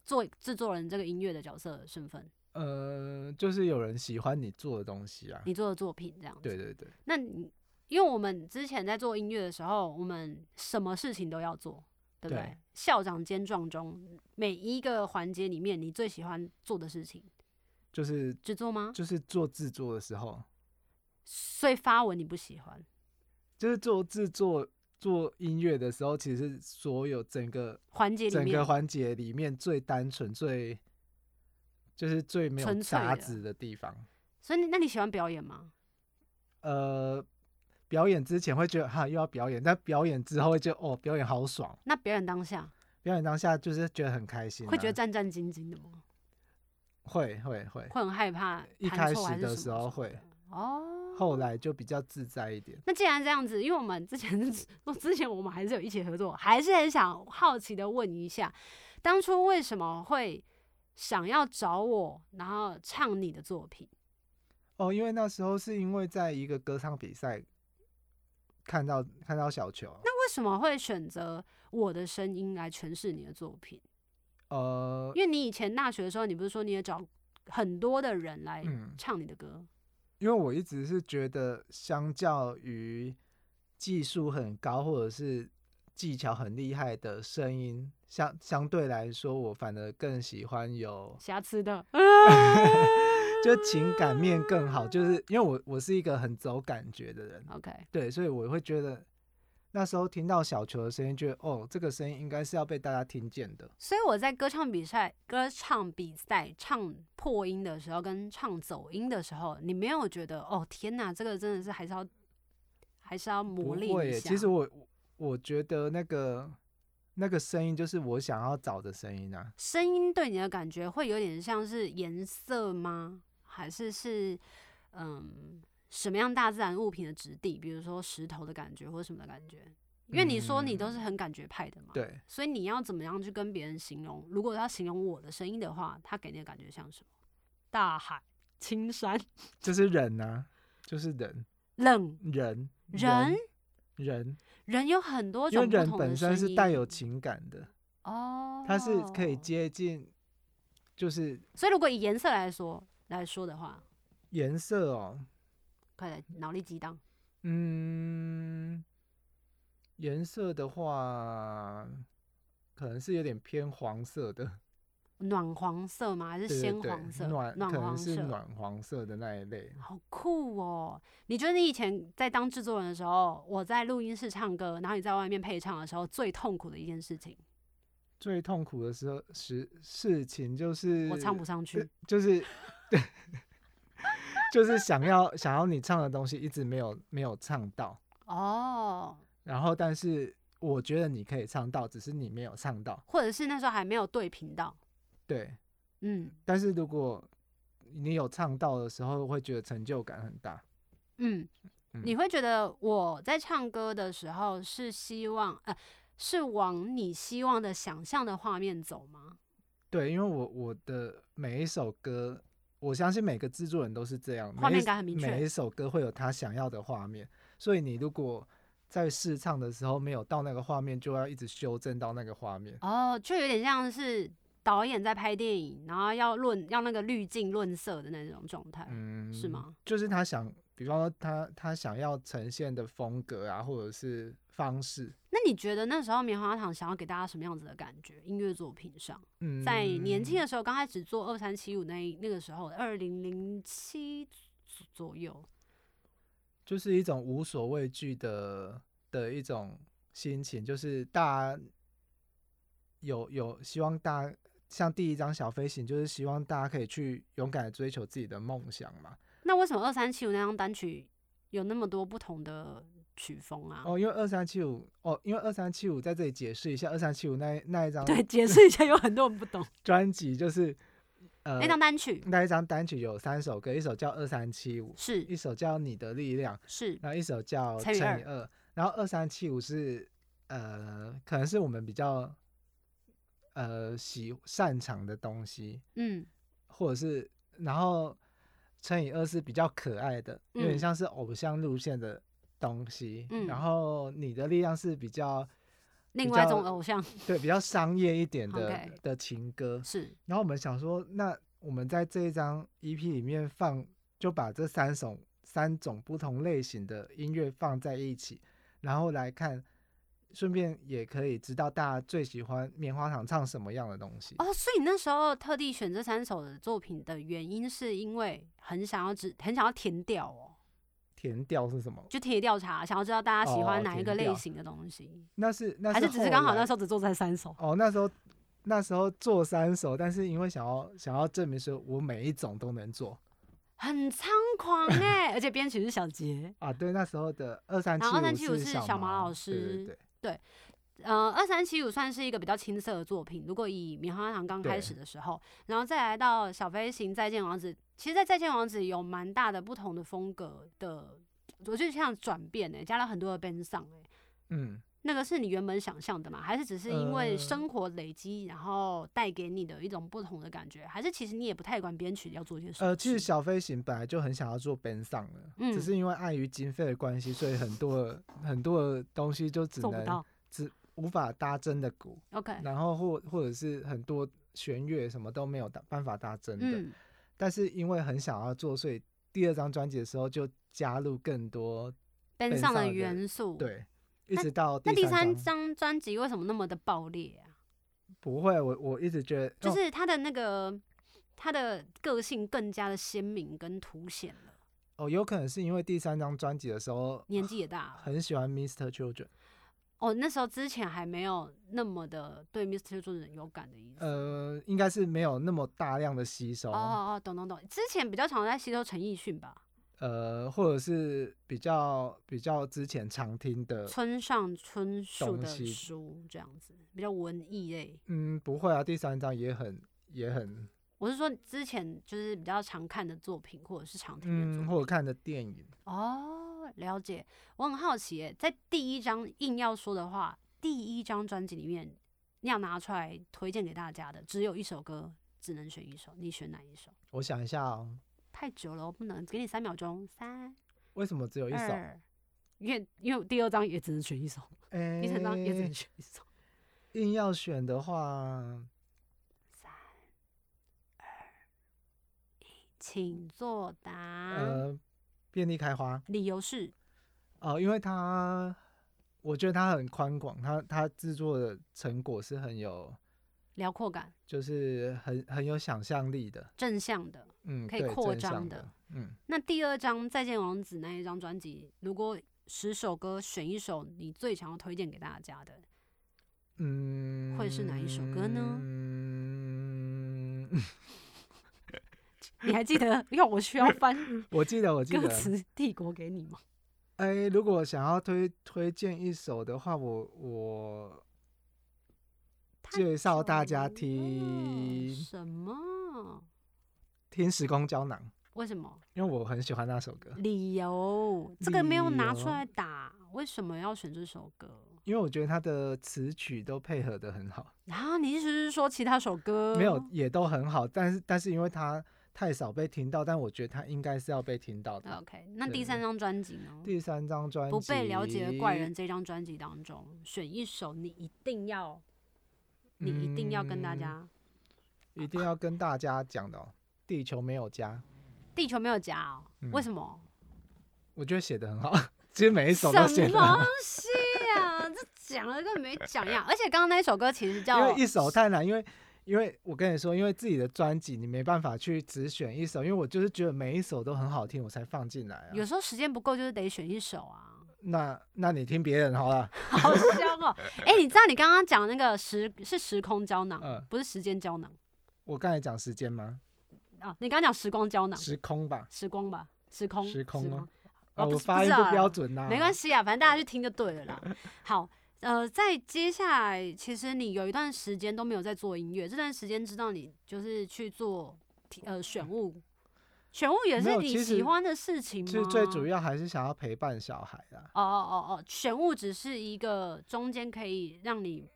Speaker 1: 做制作人这个音乐的角色身份，
Speaker 2: 呃，就是有人喜欢你做的东西啊。
Speaker 1: 你做的作品这样子。
Speaker 2: 对对对，
Speaker 1: 那你因为我们之前在做音乐的时候，我们什么事情都要做，对不对？
Speaker 2: 对
Speaker 1: 校长兼撞钟，每一个环节里面，你最喜欢做的事情，
Speaker 2: 就是
Speaker 1: 制作吗？
Speaker 2: 就是做制作的时候，
Speaker 1: 所以发文你不喜欢，
Speaker 2: 就是做制作做音乐的时候，其实是所有整个
Speaker 1: 环节里
Speaker 2: 整个
Speaker 1: 面
Speaker 2: 环节里面最单纯、最就是最没有
Speaker 1: 纯粹
Speaker 2: 杂
Speaker 1: 的
Speaker 2: 质的地方。
Speaker 1: 所以你那你喜欢表演吗？
Speaker 2: 呃，表演之前会觉得哈又要表演，但表演之后会觉得哦表演好爽，
Speaker 1: 那表演当下
Speaker 2: 表演当下就是觉得很开心啊、
Speaker 1: 会觉得战战兢兢的吗？
Speaker 2: 会会会，
Speaker 1: 会很害怕
Speaker 2: 一
Speaker 1: 弹
Speaker 2: 开
Speaker 1: 错还
Speaker 2: 始
Speaker 1: 是
Speaker 2: 的
Speaker 1: 什
Speaker 2: 时
Speaker 1: 么
Speaker 2: 候
Speaker 1: 什么
Speaker 2: 会
Speaker 1: 的，哦。
Speaker 2: 后来就比较自在一点。
Speaker 1: 那既然这样子，因为我们之前我之前我们还是有一起合作，还是很想好奇的问一下，当初为什么会想要找我，然后唱你的作品？
Speaker 2: 哦，因为那时候是因为在一个歌唱比赛看到看到小球，
Speaker 1: 为什么会选择我的声音来诠释你的作品？
Speaker 2: 呃，
Speaker 1: 因为你以前大学的时候，你不是说你也找很多的人来
Speaker 2: 嗯，
Speaker 1: 唱你的歌？
Speaker 2: 因为我一直是觉得，相较于技术很高或者是技巧很厉害的声音，相相对来说，我反而更喜欢有
Speaker 1: 瑕疵的，
Speaker 2: 就情感面更好，就是因为我我是一个很走感觉的人，
Speaker 1: OK，
Speaker 2: 对，所以我会觉得那时候听到小球的声音，觉得哦，这个声音应该是要被大家听见的。
Speaker 1: 所以我在歌唱比赛、歌唱比赛唱破音的时候，跟唱走音的时候，你没有觉得哦，天哪，这个真的是还是要还是要
Speaker 2: 不
Speaker 1: 磨
Speaker 2: 会
Speaker 1: 砺一
Speaker 2: 耶，
Speaker 1: 下。
Speaker 2: 其实我我觉得那个那个声音就是我想要找的声音啊，
Speaker 1: 声音对你的感觉会有点像是颜色吗？还是是嗯什么样大自然物品的质地，比如说石头的感觉或什么的感觉？因为你说你都
Speaker 2: 嗯
Speaker 1: 是很感觉派的嘛，、
Speaker 2: 对。
Speaker 1: 所以你要怎么样去跟别人形容？如果要形容我的声音的话，他给你的感觉像什么？大海、青山、
Speaker 2: 就是人啊，就是人，
Speaker 1: 冷
Speaker 2: 人，
Speaker 1: 人，
Speaker 2: 人，
Speaker 1: 人有很多
Speaker 2: 因为
Speaker 1: 种不
Speaker 2: 人
Speaker 1: 同的
Speaker 2: 本
Speaker 1: 声
Speaker 2: 身
Speaker 1: 音，
Speaker 2: 是带有情感的，
Speaker 1: 哦，
Speaker 2: 它是可以。接近，就是
Speaker 1: 所以如果以颜色来说来说的话，
Speaker 2: 颜色哦，
Speaker 1: 快来脑力激荡。
Speaker 2: 嗯，颜色的话，可能是有点偏黄色的，
Speaker 1: 暖黄色吗？还是
Speaker 2: 对
Speaker 1: 鲜
Speaker 2: 对
Speaker 1: 黄
Speaker 2: 对
Speaker 1: 色？
Speaker 2: 暖可能
Speaker 1: 黄
Speaker 2: 是
Speaker 1: 色，
Speaker 2: 暖黄色的那一类，
Speaker 1: 好酷哦！你觉得你以前在当制作人的时候，我在录音室唱歌，然后你在外面配唱的时候，最痛苦的一件事情，
Speaker 2: 最痛苦的时候事事情就是
Speaker 1: 我唱不上
Speaker 2: 就
Speaker 1: 去。
Speaker 2: 就是 就是想要想要你唱的东西一直没有没有唱到，
Speaker 1: 哦，
Speaker 2: 然后但是我觉得你可以唱到，只是你没有唱到。
Speaker 1: 或者是那时候还没有对频道，
Speaker 2: 对，
Speaker 1: 嗯
Speaker 2: 但是如果你有唱到的时候，会觉得成就感很大。
Speaker 1: 嗯，
Speaker 2: 嗯
Speaker 1: 你会觉得我在唱歌的时候是希望呃，是往你希望的想象的画面走吗？
Speaker 2: 对，因为我我的每一首歌，我相信每个制作人都是这样，
Speaker 1: 画
Speaker 2: 每一
Speaker 1: 面感很明确
Speaker 2: 每一首歌会有他想要的画面，所以你如果在试唱的时候没有到那个画面，就要一直修正到那个画面。
Speaker 1: 哦，就有点像是导演在拍电影，然后要论要那个滤镜、论色的那种状态。
Speaker 2: 嗯，
Speaker 1: 是吗？
Speaker 2: 就是他想，比方说他他想要呈现的风格啊，或者是方式。
Speaker 1: 那你觉得那时候棉花糖想要给大家什么样子的感觉？音乐作品上，
Speaker 2: 嗯，
Speaker 1: 在年轻的时候，刚开始做二三七五那一那个时候，二零零七左右，
Speaker 2: 就是一种无所畏惧的的一种心情，就是大家有有希望大家。像第一张小飞行，就是希望大家可以去勇敢的追求自己的梦想嘛。
Speaker 1: 那为什么二三七五那张单曲有那么多不同的曲风啊？
Speaker 2: 哦，因为二三七五，哦，因为二三七五在这里解释一下，二三七五那一那一张
Speaker 1: 对，解释一下，有很多人不懂
Speaker 2: 专辑就是，呃嗯
Speaker 1: 那，张单曲
Speaker 2: 那一张单曲有三首歌，一首叫二三七五，
Speaker 1: 是
Speaker 2: 一首叫《你的力量》，
Speaker 1: 是
Speaker 2: 然后一首叫《
Speaker 1: 乘
Speaker 2: 乘
Speaker 1: 以
Speaker 2: 以二》，然后二三七五是呃，可能是我们比较呃喜擅长的东西，
Speaker 1: 嗯
Speaker 2: 或者是然后乘以二是比较可爱的，有点
Speaker 1: 嗯
Speaker 2: 像是偶像路线的东西。
Speaker 1: 嗯
Speaker 2: 然后你的力量是比较
Speaker 1: 另
Speaker 2: 比
Speaker 1: 外一
Speaker 2: 较嗯
Speaker 1: 种偶像
Speaker 2: 对比较商业一点的
Speaker 1: OK
Speaker 2: 的情歌。
Speaker 1: 是
Speaker 2: 然后我们想说，那我们在这一张 EP 里面放，就把这三种三种不同类型的音乐放在一起，然后来看，顺便也可以知道大家最喜欢棉花糖唱什么样的东西。
Speaker 1: 哦，所以那时候特地选这三首的作品的原因，是因为很想要只很想要填掉哦，
Speaker 2: 填调是什么？
Speaker 1: 就田野调查，想要知道大家喜欢
Speaker 2: 哦
Speaker 1: 哪一
Speaker 2: 填
Speaker 1: 个类
Speaker 2: 调
Speaker 1: 型的东西，
Speaker 2: 那是那
Speaker 1: 还是只是刚好那时
Speaker 2: 候
Speaker 1: 候只做这三首？
Speaker 2: 哦，那时候那时候做三首，但是因为想要想要证明说我每一种都能做，
Speaker 1: 很猖 狂哎、而且编曲是小杰。
Speaker 2: 啊，对，那时候的二三七
Speaker 1: 然后2375
Speaker 2: 五
Speaker 1: 是
Speaker 2: 小
Speaker 1: 小毛老
Speaker 2: 对
Speaker 1: 师
Speaker 2: 对
Speaker 1: 呃，二三七五算是一个比较青涩的作品。如果以棉花糖刚开
Speaker 2: 对
Speaker 1: 始的时候，然后再来到小飞行、再见王子，其实，在再见王子有蛮大的不同的风格的，我觉得像转变哎、加了很多的 b e n song 哎、
Speaker 2: 嗯，
Speaker 1: 那个是你原本想象的吗？还是只是因为
Speaker 2: 呃
Speaker 1: 生活累积，然后带给你的一种不同的感觉？还是其实你也不太管编曲要做些什么事？
Speaker 2: 呃，其实小飞行本来就很想要做 band song 的，
Speaker 1: 嗯
Speaker 2: 只是因为碍于经费的关系，所以很多 的很多的东西就只
Speaker 1: 做不
Speaker 2: 能
Speaker 1: 到。
Speaker 2: 只无法搭真的鼓，
Speaker 1: OK，
Speaker 2: 然后或或者是很多弦乐什么都没有搭办法搭真的，
Speaker 1: 嗯，
Speaker 2: 但是因为很想要做，所以第二张专辑的时候就加入更多
Speaker 1: 奔
Speaker 2: 奔
Speaker 1: 上
Speaker 2: 上
Speaker 1: 的
Speaker 2: 的
Speaker 1: 元素。，
Speaker 2: 对，一直到
Speaker 1: 那
Speaker 2: 第
Speaker 1: 第三
Speaker 2: 三
Speaker 1: 张专辑为什么那么的爆裂啊？
Speaker 2: 不会，我我一直觉得
Speaker 1: 就
Speaker 2: 哦
Speaker 1: 是他的那个他的个性更加的鲜明跟凸显了，
Speaker 2: 哦，有可能是因为第三张专辑的时候
Speaker 1: 年纪也大了。
Speaker 2: 很喜欢 Mr. Children，
Speaker 1: 哦，那时候之前还没有那么的对 Mr. Jordan 有感的意思。
Speaker 2: 呃，应该是没有那么大量的吸收，
Speaker 1: 哦哦哦，懂懂懂，之前比较常在吸收陈奕迅吧，
Speaker 2: 呃，或者是比较比较之前常听的，
Speaker 1: 村上春树
Speaker 2: 呃东
Speaker 1: 的
Speaker 2: 西
Speaker 1: 书这样子，比较文艺类。
Speaker 2: 嗯，不会啊，第三张也很也很，
Speaker 1: 我是说之前就是比较常看的作品，或者是常听的作
Speaker 2: 嗯，
Speaker 1: 品。
Speaker 2: 或者看的电影，
Speaker 1: 哦，了解。我很好奇耶，在第一张硬要说的话，第一张专辑里面，你要拿出来推荐给大家的，只有一首歌，只能选一首，你选哪一首？
Speaker 2: 我想一下哦，
Speaker 1: 太久了，我不能给你三秒钟，三
Speaker 2: 为什么只有一首？
Speaker 1: 二，因为因为我第二张也只能选一首，
Speaker 2: 哎、
Speaker 1: 第三张也只啊能选一首，
Speaker 2: 硬要选的话，
Speaker 1: 三二一，请作答。
Speaker 2: 呃，遍地开花
Speaker 1: 理由是
Speaker 2: 哦、因为它，我觉得它很宽广，它它制作的成果是很有，
Speaker 1: 辽阔感，
Speaker 2: 就是很很有想象力的，
Speaker 1: 正向的。
Speaker 2: 嗯，
Speaker 1: 可以
Speaker 2: 对
Speaker 1: 扩
Speaker 2: 正
Speaker 1: 张
Speaker 2: 向
Speaker 1: 的
Speaker 2: 的，嗯，
Speaker 1: 那第二张《再见王子》那一张专辑，如果十首歌选一首你最想要推荐给大家的，
Speaker 2: 嗯，
Speaker 1: 会是哪一首歌呢
Speaker 2: 嗯，
Speaker 1: 你还记 得要我需要翻
Speaker 2: 我记得，我嗯记
Speaker 1: 歌
Speaker 2: 得。
Speaker 1: 词帝国给你吗？
Speaker 2: 哎、如果想要推推荐一首的话，我我 介绍大家
Speaker 1: 太久了
Speaker 2: 听
Speaker 1: 什么？
Speaker 2: 听《时空胶囊》，
Speaker 1: 为什么？
Speaker 2: 因为我很喜欢那首歌，
Speaker 1: 理由这个没有拿
Speaker 2: 呃理
Speaker 1: 出
Speaker 2: 由
Speaker 1: 来打，为什么要选这首歌？
Speaker 2: 因为我觉得它的词曲都配合的很好，
Speaker 1: 然、后你意思是说其他首歌
Speaker 2: 没有也都很好，但是但是因为它太少被听到，但我觉得它应该是要被听到的。
Speaker 1: ？OK，那
Speaker 2: 对
Speaker 1: 第
Speaker 2: 对
Speaker 1: 三
Speaker 2: 对
Speaker 1: 张专辑呢？
Speaker 2: 第三张专辑
Speaker 1: 哦不被了解的怪人，这张专辑当中，选一首你一定要，你一定要跟大
Speaker 2: 嗯
Speaker 1: 家。啊
Speaker 2: 一定要跟大家讲的、哦，《地球没有家》，
Speaker 1: 地球没有家哦，
Speaker 2: 嗯
Speaker 1: 为什么？
Speaker 2: 我觉得写的很好， 其实每一首
Speaker 1: 什
Speaker 2: 都
Speaker 1: 么
Speaker 2: 写的很好
Speaker 1: 东。西啊？这讲了跟没讲 一样。而且刚刚那一首歌其实
Speaker 2: 因
Speaker 1: 叫
Speaker 2: 为一首太难，因为因为我跟你说，因为自己的专辑你没办法去只选一首，因为我就是觉得每一首都很好听，我才放进来啊。
Speaker 1: 有时候时间不够，就是得选一首 啊。
Speaker 2: 那那你听别人好了，
Speaker 1: 好香哦！哎、你知道你刚刚讲那个时是时空胶囊，
Speaker 2: 嗯
Speaker 1: 不是时间胶囊
Speaker 2: 我刚才讲时间吗？
Speaker 1: 啊？你刚刚讲时光胶囊，
Speaker 2: 时空吧，
Speaker 1: 时光吧，时空，
Speaker 2: 时空哦
Speaker 1: 哦
Speaker 2: 啊，
Speaker 1: 不
Speaker 2: 我
Speaker 1: 是
Speaker 2: 发
Speaker 1: 不
Speaker 2: 音
Speaker 1: 是啊
Speaker 2: 不标准呐、
Speaker 1: 没关
Speaker 2: 系，
Speaker 1: 系啊，反正大家去听就对了啦。好，呃，在接下来，其实你有一段时间都没有在做音乐，这段时间知道你就是去做题呃选物，选物也
Speaker 2: 没
Speaker 1: 是
Speaker 2: 有
Speaker 1: 你
Speaker 2: 其
Speaker 1: 喜
Speaker 2: 实
Speaker 1: 欢的事情
Speaker 2: 其
Speaker 1: 吗？
Speaker 2: 实最主。要还是想要陪伴小孩啦。
Speaker 1: 哦哦哦哦，选物只是一个中间可以让你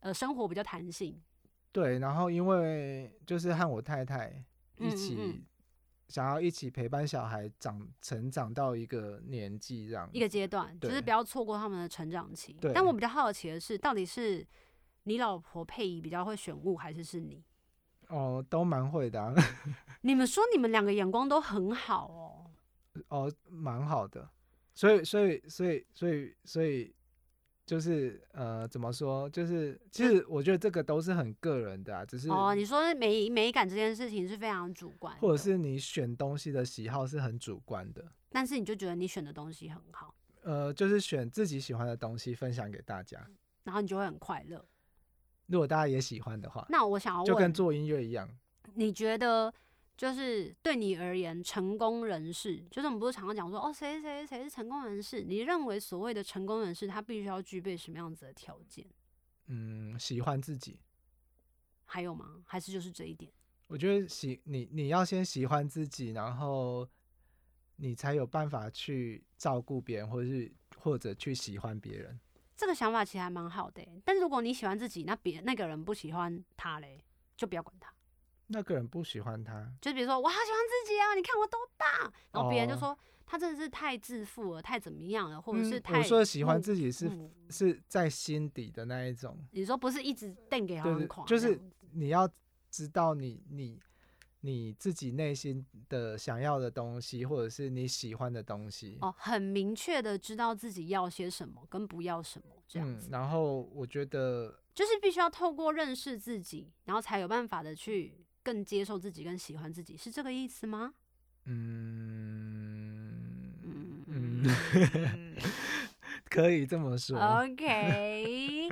Speaker 1: 呃生活比较弹性。
Speaker 2: 对，然后因为就是和我太太
Speaker 1: 嗯
Speaker 2: 一
Speaker 1: 嗯
Speaker 2: 起。
Speaker 1: 嗯
Speaker 2: 想要一起陪伴小孩长成长到一个年纪，这样
Speaker 1: 一个阶段，就是
Speaker 2: 嗯对
Speaker 1: 不要错过他们的成长期。
Speaker 2: 对
Speaker 1: 但我比较好奇的是，到底是你老婆佩仪比较会选物，还是是你？
Speaker 2: 哦都蛮会的、啊，
Speaker 1: 你们说你们两个眼光都很好哦。
Speaker 2: 哦，蛮好的。所以，所以，所以，所以，所以，就是呃，怎么说？就是其实我觉得这个都是很个人的啊，只是
Speaker 1: 哦，你说美美感这件事情是非常主观的，
Speaker 2: 或者是你选东西的喜好是很主观的。
Speaker 1: 但是你就觉得你选的东西很好，
Speaker 2: 呃，就是选自己喜欢的东西分享给大家。
Speaker 1: 然后你就会很快乐。
Speaker 2: 如果大家也喜欢的话，
Speaker 1: 那我想要
Speaker 2: 就跟
Speaker 1: 问，
Speaker 2: 做音乐一样，
Speaker 1: 你觉得就是对你而言成功人士，就是我们不是常常讲说哦谁谁谁是成功人士？你认为所谓的成功人士，他必须要具备什么样子的条件？
Speaker 2: 嗯，喜欢自己，
Speaker 1: 还有吗？还是就是这一点？
Speaker 2: 我觉得喜你你要先喜欢自己，然后你才有办法去照顾别人，或者是或者去喜欢别人。
Speaker 1: 这个想法其实还蛮好的欸、但如果你喜欢自己，那别那个人不喜欢他嘞，就不要管他。
Speaker 2: 那个人不喜欢他，
Speaker 1: 就比如说我好喜欢自己啊，你看我多棒，然后别人就
Speaker 2: 哦
Speaker 1: 说、他真的是太自负了，太怎么样了，或者
Speaker 2: 嗯
Speaker 1: 是太、
Speaker 2: 我说的喜欢自己是、
Speaker 1: 嗯
Speaker 2: 是在心底的那一种，
Speaker 1: 你说不是一直瞪给他
Speaker 2: 对
Speaker 1: 们
Speaker 2: 对
Speaker 1: 狂，
Speaker 2: 就是你要知道你你你自己内心的想要的东西，或者是你喜欢的东西。
Speaker 1: 哦，很明确的知道自己要些什么跟不要什么这样
Speaker 2: 嗯
Speaker 1: 子，，
Speaker 2: 然后我觉得
Speaker 1: 就是必须要透过认识自己，然后才有办法的去更接受自己跟喜欢自己，是这个意思吗？
Speaker 2: 嗯
Speaker 1: 嗯
Speaker 2: 嗯 可以这么说。
Speaker 1: 哦 OK，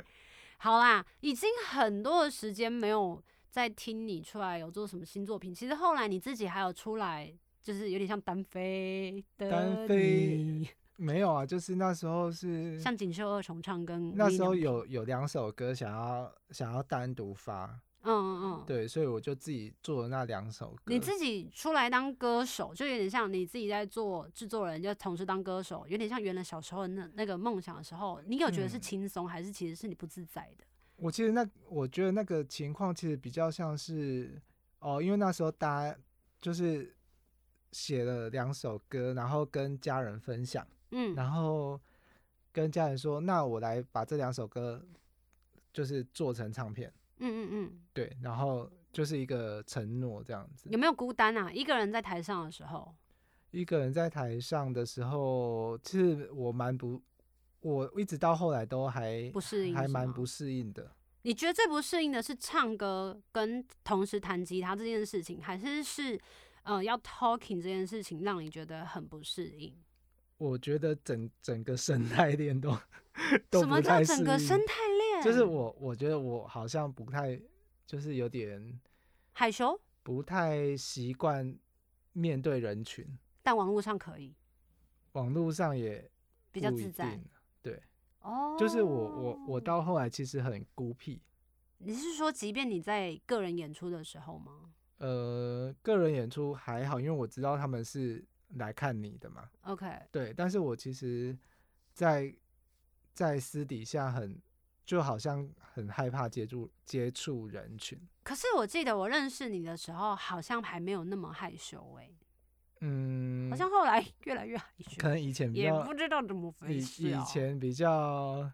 Speaker 1: 好 啦，已经很多的时间没有在听你出来有做什么新作品。其实后来你自己还有出来，就是有点像单飞的
Speaker 2: 单飞
Speaker 1: 你，
Speaker 2: 没有啊，就是那时候是
Speaker 1: 像锦绣二重唱跟
Speaker 2: 那
Speaker 1: 无
Speaker 2: 时候
Speaker 1: 印良
Speaker 2: 有有两首歌想要想要单独发，
Speaker 1: 品，嗯嗯嗯，
Speaker 2: 对，所以我就自己做了那两首歌。
Speaker 1: 你自己出来当歌手，就有点像你自己在做制作人，就同时当歌手，有点像原来小时候的那那个梦想的时候，你有觉得是
Speaker 2: 嗯
Speaker 1: 轻松，还是其实是你不自在的？
Speaker 2: 我其实那我觉得那个情况其实比较像是哦，因为那时候大家就是写了两首歌，然后跟家人分享，
Speaker 1: 嗯，
Speaker 2: 然后跟家人说，那我来把这两首歌就是做成唱片，
Speaker 1: 嗯嗯嗯，
Speaker 2: 对，然后就是一个承诺这样子。
Speaker 1: 有没有孤单啊？一个人在台上的时候，
Speaker 2: 一个人在台上的时候，其实我蛮不，我一直到后来都还
Speaker 1: 不适应
Speaker 2: 还
Speaker 1: 是
Speaker 2: 蛮
Speaker 1: 吗
Speaker 2: 不适应的。
Speaker 1: 你觉得最不适应的是唱歌跟同时弹吉他这件事情，还是是呃要 talking 这件事情让你觉得很不适应？
Speaker 2: 我觉得整整个生态链都都
Speaker 1: 什么
Speaker 2: 不
Speaker 1: 叫
Speaker 2: 太
Speaker 1: 整个
Speaker 2: 适应
Speaker 1: 生态链？
Speaker 2: 就是我我觉得我好像不太，就是有点
Speaker 1: 害羞，
Speaker 2: 不太习惯面对人群，
Speaker 1: 但网络上可以
Speaker 2: 网络上也
Speaker 1: 比较
Speaker 2: 不
Speaker 1: 自
Speaker 2: 一
Speaker 1: 在
Speaker 2: 定。对，
Speaker 1: 哦。
Speaker 2: 就是我我我到后来其实很孤僻，
Speaker 1: 你是说，即便你在个人演出的时候吗
Speaker 2: 呃，个人演出还好，因为我知道他们是来看你的嘛，
Speaker 1: ？OK，
Speaker 2: 对，但是我其实在，在私底下很，就好像很害怕接触接触人群。
Speaker 1: 可是我记得我认识你的时候，好像还没有那么害羞哎、
Speaker 2: 嗯，
Speaker 1: 好像后来越来越害羞，
Speaker 2: 可能以前比
Speaker 1: 也
Speaker 2: 较
Speaker 1: 不，知道怎么回
Speaker 2: 以
Speaker 1: 事、哦
Speaker 2: 以前比较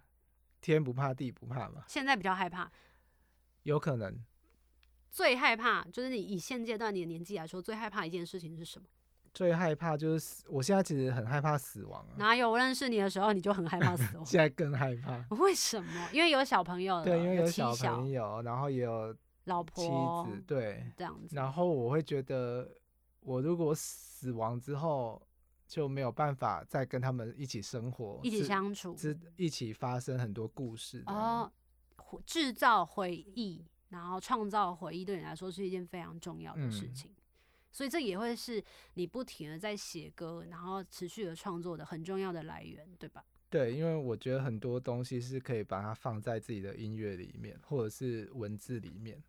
Speaker 2: 天不怕地不怕吧，
Speaker 1: 现在比较害怕，
Speaker 2: 有可能
Speaker 1: 最害怕就是你以现阶段你的年纪来说，最害怕一件事情是什么？
Speaker 2: 嗯最害怕就是死，我现在其实很害怕死亡啊，
Speaker 1: 哪有我认识你的时候你就很害怕 死
Speaker 2: 现在更害怕。
Speaker 1: 亡？ 为什么？因为呃有小朋友了，
Speaker 2: 对，因为有
Speaker 1: 妻
Speaker 2: 小
Speaker 1: 小
Speaker 2: 朋友，然后也有
Speaker 1: 老
Speaker 2: 妻
Speaker 1: 婆
Speaker 2: 子，对，
Speaker 1: 这样子。
Speaker 2: 然后我会觉得，我如果死亡之后就没有办法再跟他们一起生活，
Speaker 1: 一起
Speaker 2: 是
Speaker 1: 相处
Speaker 2: 之一起发生很多故事。
Speaker 1: 哦，，回制造回忆，然后创造回忆，对你来说是一件非常重要的事
Speaker 2: 嗯
Speaker 1: 情。所以这也会是你不停的在写歌，然后持续的创作的很重要的来源，对吧？
Speaker 2: 对，因为我觉得很多东西是可以把它放在自己的音乐里面，或者是文字里面。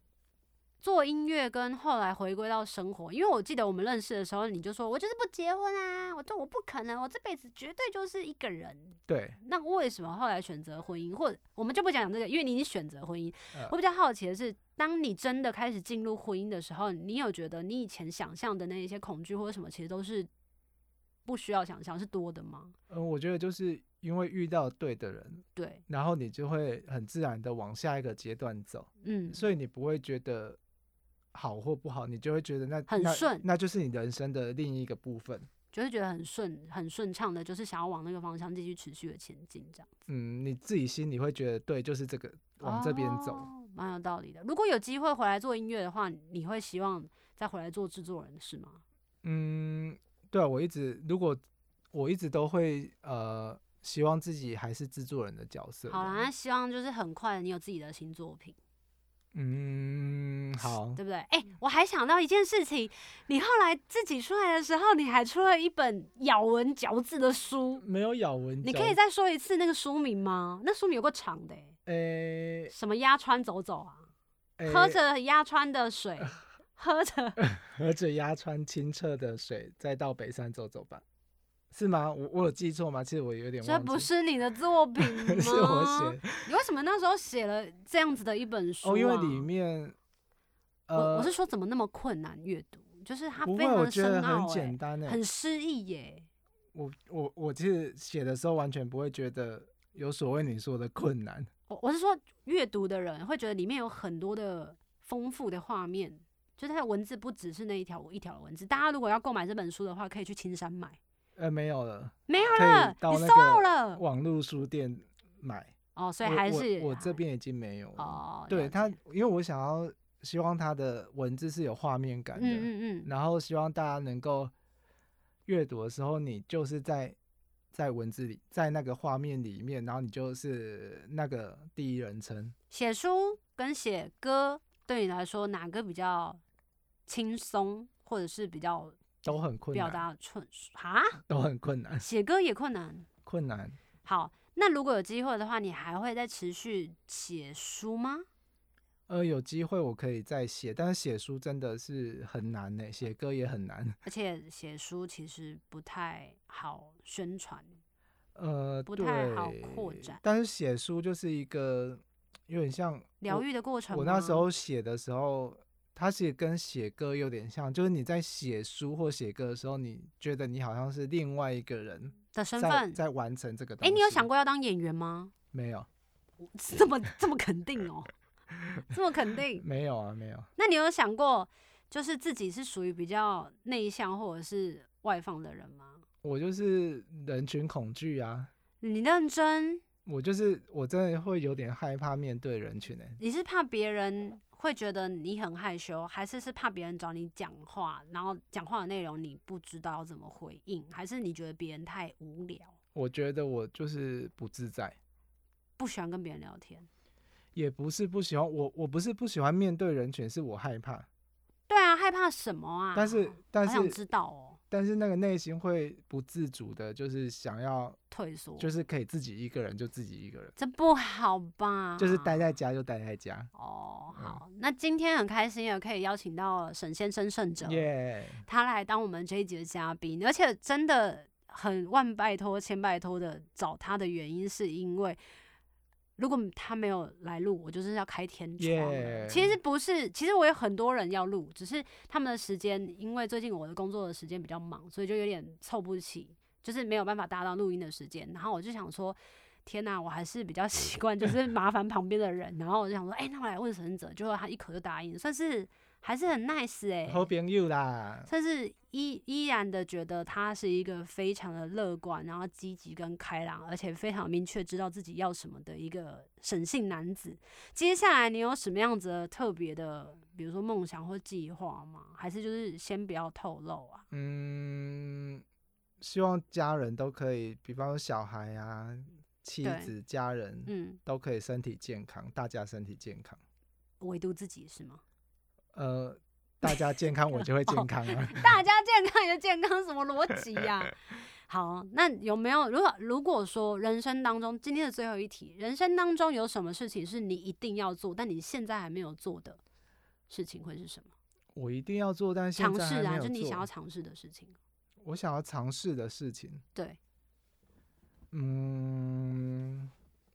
Speaker 1: 做音乐跟后来回归到生活，因为我记得我们认识的时候，你就说我就是不结婚啊，我这我不可能，我这辈子绝对就是一个人。
Speaker 2: 对，
Speaker 1: 那为什么后来选择婚姻，或者我们就不讲这个，因为你已经选择婚姻。
Speaker 2: 呃
Speaker 1: 我比较好奇的是，当你真的开始进入婚姻的时候，你有觉得你以前想象的那一些恐惧或者什么，其实都是不需要想象，是多的吗？
Speaker 2: 嗯，我觉得就是因为遇到对的人，
Speaker 1: 对，
Speaker 2: 然后你就会很自然的往下一个阶段走，
Speaker 1: 嗯，
Speaker 2: 所以你不会觉得。好或不好，你就会觉得那
Speaker 1: 很
Speaker 2: 那
Speaker 1: 顺
Speaker 2: 那就是你人生的另一个部分。
Speaker 1: 就会觉得很顺、很顺畅的，就是想要往那个方向继续持续的前进，这样。
Speaker 2: 嗯，你自己心里会觉得对，就是这个往这边走。
Speaker 1: 哦蛮、有道理的。如果有机会回来做音乐的话，你会希望再回来做制作人是吗？
Speaker 2: 嗯，对啊我一直如果我一直都会呃，希望自己还是制作人的角色。
Speaker 1: 好啦，那，希望就是很快你有自己的新作品。
Speaker 2: 嗯，好，
Speaker 1: 对不对？哎、我还想到一件事情，你后来自己出来的时候，你还出了一本咬文嚼字的书，
Speaker 2: 没有咬文嚼，
Speaker 1: 你可以再说一次那个书名吗？那书名有个长的、欸，
Speaker 2: 诶、
Speaker 1: 什么鸭川走走啊，
Speaker 2: 诶
Speaker 1: 喝着鸭川的 水，喝着
Speaker 2: 喝着鸭川清澈的水，再到北山走走吧，是吗？我我有记错吗？其实我有点
Speaker 1: 这
Speaker 2: 忘记，
Speaker 1: 不是你的作品吗？
Speaker 2: 是我写的
Speaker 1: 你为什么那时候写了这样子的一本书、啊？
Speaker 2: 哦，因为里面，
Speaker 1: 我
Speaker 2: 呃，
Speaker 1: 我是说怎么那么困难阅读，就是它
Speaker 2: 不
Speaker 1: 非
Speaker 2: 会，
Speaker 1: 常
Speaker 2: 我
Speaker 1: 的
Speaker 2: 觉
Speaker 1: 深
Speaker 2: 得
Speaker 1: 奥、
Speaker 2: 很
Speaker 1: 欸，
Speaker 2: 简单诶、
Speaker 1: 很诗意耶、
Speaker 2: 我我我其实写的时候完全不会觉得有所谓你说的困难，
Speaker 1: 我我是说，阅读的人会觉得里面有很多的丰富的画面，就是它的文字不只是那一条一条的文字。大家如果要购买这本书的话，可以去青山买，
Speaker 2: 呃，没有了，
Speaker 1: 没有
Speaker 2: 可以
Speaker 1: 了，
Speaker 2: 到
Speaker 1: 你
Speaker 2: 那
Speaker 1: 搜到
Speaker 2: 个
Speaker 1: 了
Speaker 2: 网络书店买，
Speaker 1: 哦，所以
Speaker 2: 我
Speaker 1: 嗯还
Speaker 2: 我
Speaker 1: 是
Speaker 2: 我这边已经没有了。
Speaker 1: 哦，
Speaker 2: 对
Speaker 1: 了
Speaker 2: 他
Speaker 1: 解，
Speaker 2: 因为我想要希望他的文字是有画面感的，
Speaker 1: 嗯嗯嗯，
Speaker 2: 然后希望大家能够阅读的时候，你就是在在文字里，在那个画面里面，然后你就是那个第一人称。
Speaker 1: 写书跟写歌对你来说哪个比较轻松，或者是比较
Speaker 2: 都很困
Speaker 1: 表
Speaker 2: 难，
Speaker 1: 达顺啊？
Speaker 2: 都很困难，
Speaker 1: 写歌也困难，
Speaker 2: 困难。
Speaker 1: 好，那如果有机会的话，你还会再持续写书吗？
Speaker 2: 呃，有机会我可以再写，但是写书真的是很难呢、写歌也很难。
Speaker 1: 而且写书其实不太好宣传，
Speaker 2: 呃，
Speaker 1: 不太好扩
Speaker 2: 对
Speaker 1: 展
Speaker 2: 但是写书就是一个有点像
Speaker 1: 疗
Speaker 2: 我
Speaker 1: 愈的过程吗。
Speaker 2: 我那时候写的时候，它其实跟写歌有点像，就是你在写书或写歌的时候，你觉得你好像是另外一个人
Speaker 1: 的身
Speaker 2: 在
Speaker 1: 份，
Speaker 2: 在完成这个东
Speaker 1: 哎、
Speaker 2: 西。
Speaker 1: 你有想过要当演员吗？
Speaker 2: 没有？
Speaker 1: 这么这么肯定 哦，这么肯定。
Speaker 2: 没有啊，没有。
Speaker 1: 那你有想过，就是自己是属于比较内向或者是外放的人吗？
Speaker 2: 我就是人群恐惧啊，
Speaker 1: 你认真，
Speaker 2: 我就是我真的会有点害怕面对人群欸诶、
Speaker 1: 你是怕别人会觉得你很害羞，还是是怕别人找你讲话，然后讲话的内容你不知道怎么回应，还是你觉得别人太无聊，
Speaker 2: 我觉得我就是不自在，
Speaker 1: 不喜欢跟别人聊天？
Speaker 2: 也不是不喜欢我，我不是不喜欢面对人群，是我害怕。
Speaker 1: 对啊，害怕什么啊？
Speaker 2: 但是但
Speaker 1: 好想
Speaker 2: 是
Speaker 1: 知道哦，
Speaker 2: 但是那个内心会不自主的，就是想要
Speaker 1: 退缩，
Speaker 2: 就是可以自己一个人就自己一个人。
Speaker 1: 这不好吧？
Speaker 2: 就是待在家就待在家。
Speaker 1: 哦，
Speaker 2: 嗯
Speaker 1: 好，那今天很开心也可以邀请到沈先生胜者
Speaker 2: 耶、
Speaker 1: 他来当我们这一集的嘉宾，而且真的很万拜托千拜托的找他的原因，是因为如果他没有来录，我就是要开天窗了。
Speaker 2: Yeah
Speaker 1: 其实不是，其实我有很多人要录，只是他们的时间，因为最近我的工作的时间比较忙，所以就有点凑不齐，就是没有办法搭到录音的时间。然后我就想说。天呐、我还是比较 习惯，就是麻烦旁边的人。然后我就想说，哎、那我来问神者，结果他一口就答应，算是还是很 nice 哎、
Speaker 2: 好朋友啦，
Speaker 1: 但是依依然的觉得他是一个非常的乐观，然后积极跟开朗，而且非常明确知道自己要什么的一个神性男子。接下来你有什么样子的特别的，比如说梦想或计划吗？还是就是先不要透露啊？
Speaker 2: 嗯，希望家人都可以，比方说小孩啊、妻
Speaker 1: 对
Speaker 2: 子、家人、
Speaker 1: 嗯，
Speaker 2: 都可以身体健康，大家身体健康。
Speaker 1: 唯独自己是吗？
Speaker 2: 呃，大家 健康，我就会
Speaker 1: 哦
Speaker 2: 健康啊。
Speaker 1: 大家健康也健康，什么逻辑呀、好，那有没有如果如果说人生当中今天的最后一题，人生当中有什么事情是你一定要做，但你现在还没有做的事情会是什么？
Speaker 2: 我一定要做，但现
Speaker 1: 尝
Speaker 2: 在
Speaker 1: 试啊，
Speaker 2: 还
Speaker 1: 就
Speaker 2: 没
Speaker 1: 你
Speaker 2: 有
Speaker 1: 想要
Speaker 2: 做。
Speaker 1: 尝试的事情。
Speaker 2: 我想要尝试的事情，
Speaker 1: 对，
Speaker 2: 嗯，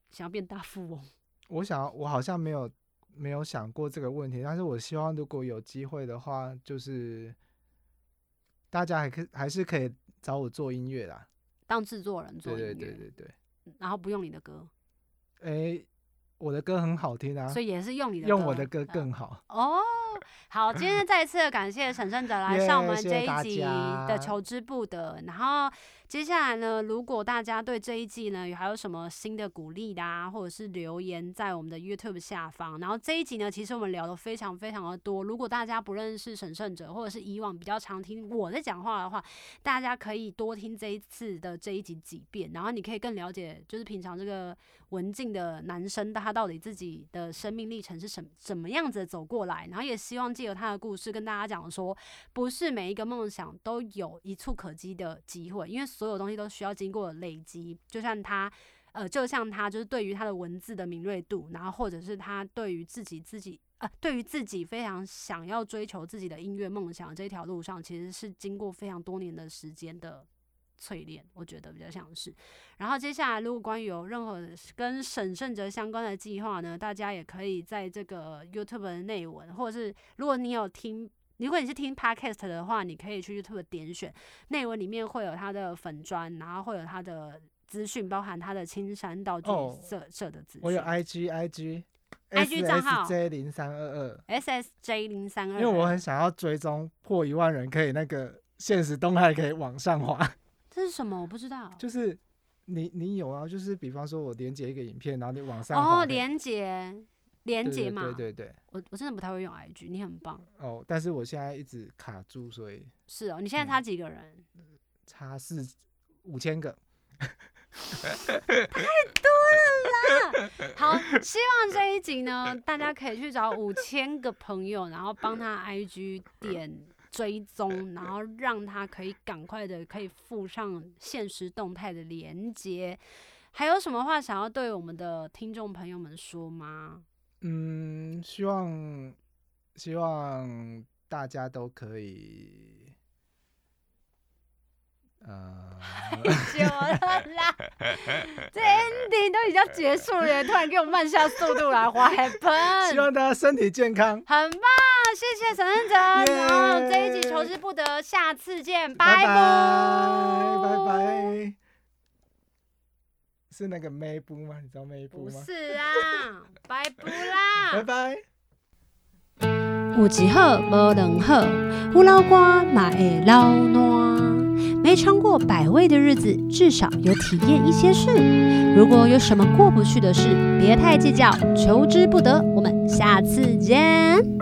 Speaker 1: 想要变大富翁，
Speaker 2: 我想要，我好像没有没有想过这个问题，但是我希望如果有机会的话，就是大家还可还是可以找我做音乐啦。
Speaker 1: 当制作人做
Speaker 2: 对
Speaker 1: 音乐，
Speaker 2: 对对对对，
Speaker 1: 然后不用你的歌，
Speaker 2: 哎、我的歌很好听啊
Speaker 1: 所，以也是用你的
Speaker 2: 用我的
Speaker 1: 歌
Speaker 2: 歌更好。
Speaker 1: 哦，好，今天再一次地感谢沈胜者来
Speaker 2: 耶
Speaker 1: 上我们这
Speaker 2: 谢谢
Speaker 1: 一
Speaker 2: 大
Speaker 1: 集
Speaker 2: 家
Speaker 1: 的求之不得。然后接下来呢，如果大家对这一季呢有还有什么新的鼓励的啊，或者是留言在我们的 YouTube 下方。然后这一集呢，其实我们聊的非常非常的多。如果大家不认识沈胜哲，或者是以往比较常听我在讲话的话，大家可以多听这一次的这一集几遍，然后你可以更了解，就是平常这个文静的男生他到底自己的生命历程是什怎么样子走过来。然后也希望借由他的故事跟大家讲说，不是每一个梦想都有一触可及的机会，因为所有东西都需要经过累积。就像他，呃，就像他就是对于他的文字的敏锐度，然后或者是他对于自己自己呃，对于自己非常想要追求自己的音乐梦想这条路上，其实是经过非常多年的时间的淬炼，我觉得比较像是。然后接下来，如果关于有任何跟沈圣哲相关的计划呢，大家也可以在这个 YouTube 的内文，或者是如果你有听。如果你是听 podcast 的话，你可以去 YouTube 点选内文里面会有他的粉砖，然后会有他的资讯，包含他的青山道具
Speaker 2: 哦
Speaker 1: 社社的资讯。
Speaker 2: 我有 IG IG
Speaker 1: IG 账号嗯
Speaker 2: J 零三二二，
Speaker 1: SSJ 零三
Speaker 2: 因
Speaker 1: 二，
Speaker 2: 为我很想要追踪破一万人，可以那个现实动态可以往上滑，
Speaker 1: 这是什么？我不知道。
Speaker 2: 就是你你有啊，就是比方说我连接一个影片，然后你往上
Speaker 1: 哦，
Speaker 2: 滑可以
Speaker 1: 连接，连
Speaker 2: 对
Speaker 1: 接
Speaker 2: 对
Speaker 1: 嘛。
Speaker 2: 对对对
Speaker 1: 我我真的不太会用 IG，你很棒。
Speaker 2: 哦，但是我现在一直卡住，所以
Speaker 1: 是哦，你现在
Speaker 2: 嗯
Speaker 1: 差几个人？
Speaker 2: 差四五千个，
Speaker 1: 好，希望这一集呢，大家可以去找五千个朋友，然后帮他 IG 点追踪，然后让他可以赶快的可以附上现实动态的连接。还有什么话想要对我们的听众朋友们说吗？
Speaker 2: 嗯，希望希望大家都可以，呃，
Speaker 1: 久了啦，这 ending 都已经要结束了，突然给我慢下速度来，花 happen。
Speaker 2: 希望大家身体健康，
Speaker 1: 很棒，谢谢沈恩哲。然后这一集求之不得，下次见，拜
Speaker 2: 拜拜拜。拜，是那个 May 布吗？你知道 May 布
Speaker 1: 不
Speaker 2: 吗？
Speaker 1: 是啊，拜不啦。
Speaker 2: 拜拜。
Speaker 1: 有一好无两好，有老瓜嘛会老烂。没尝过百味的日子，至少有体验一些事。如果有什么过不去的事，别太计较，求之不得。我们下次见。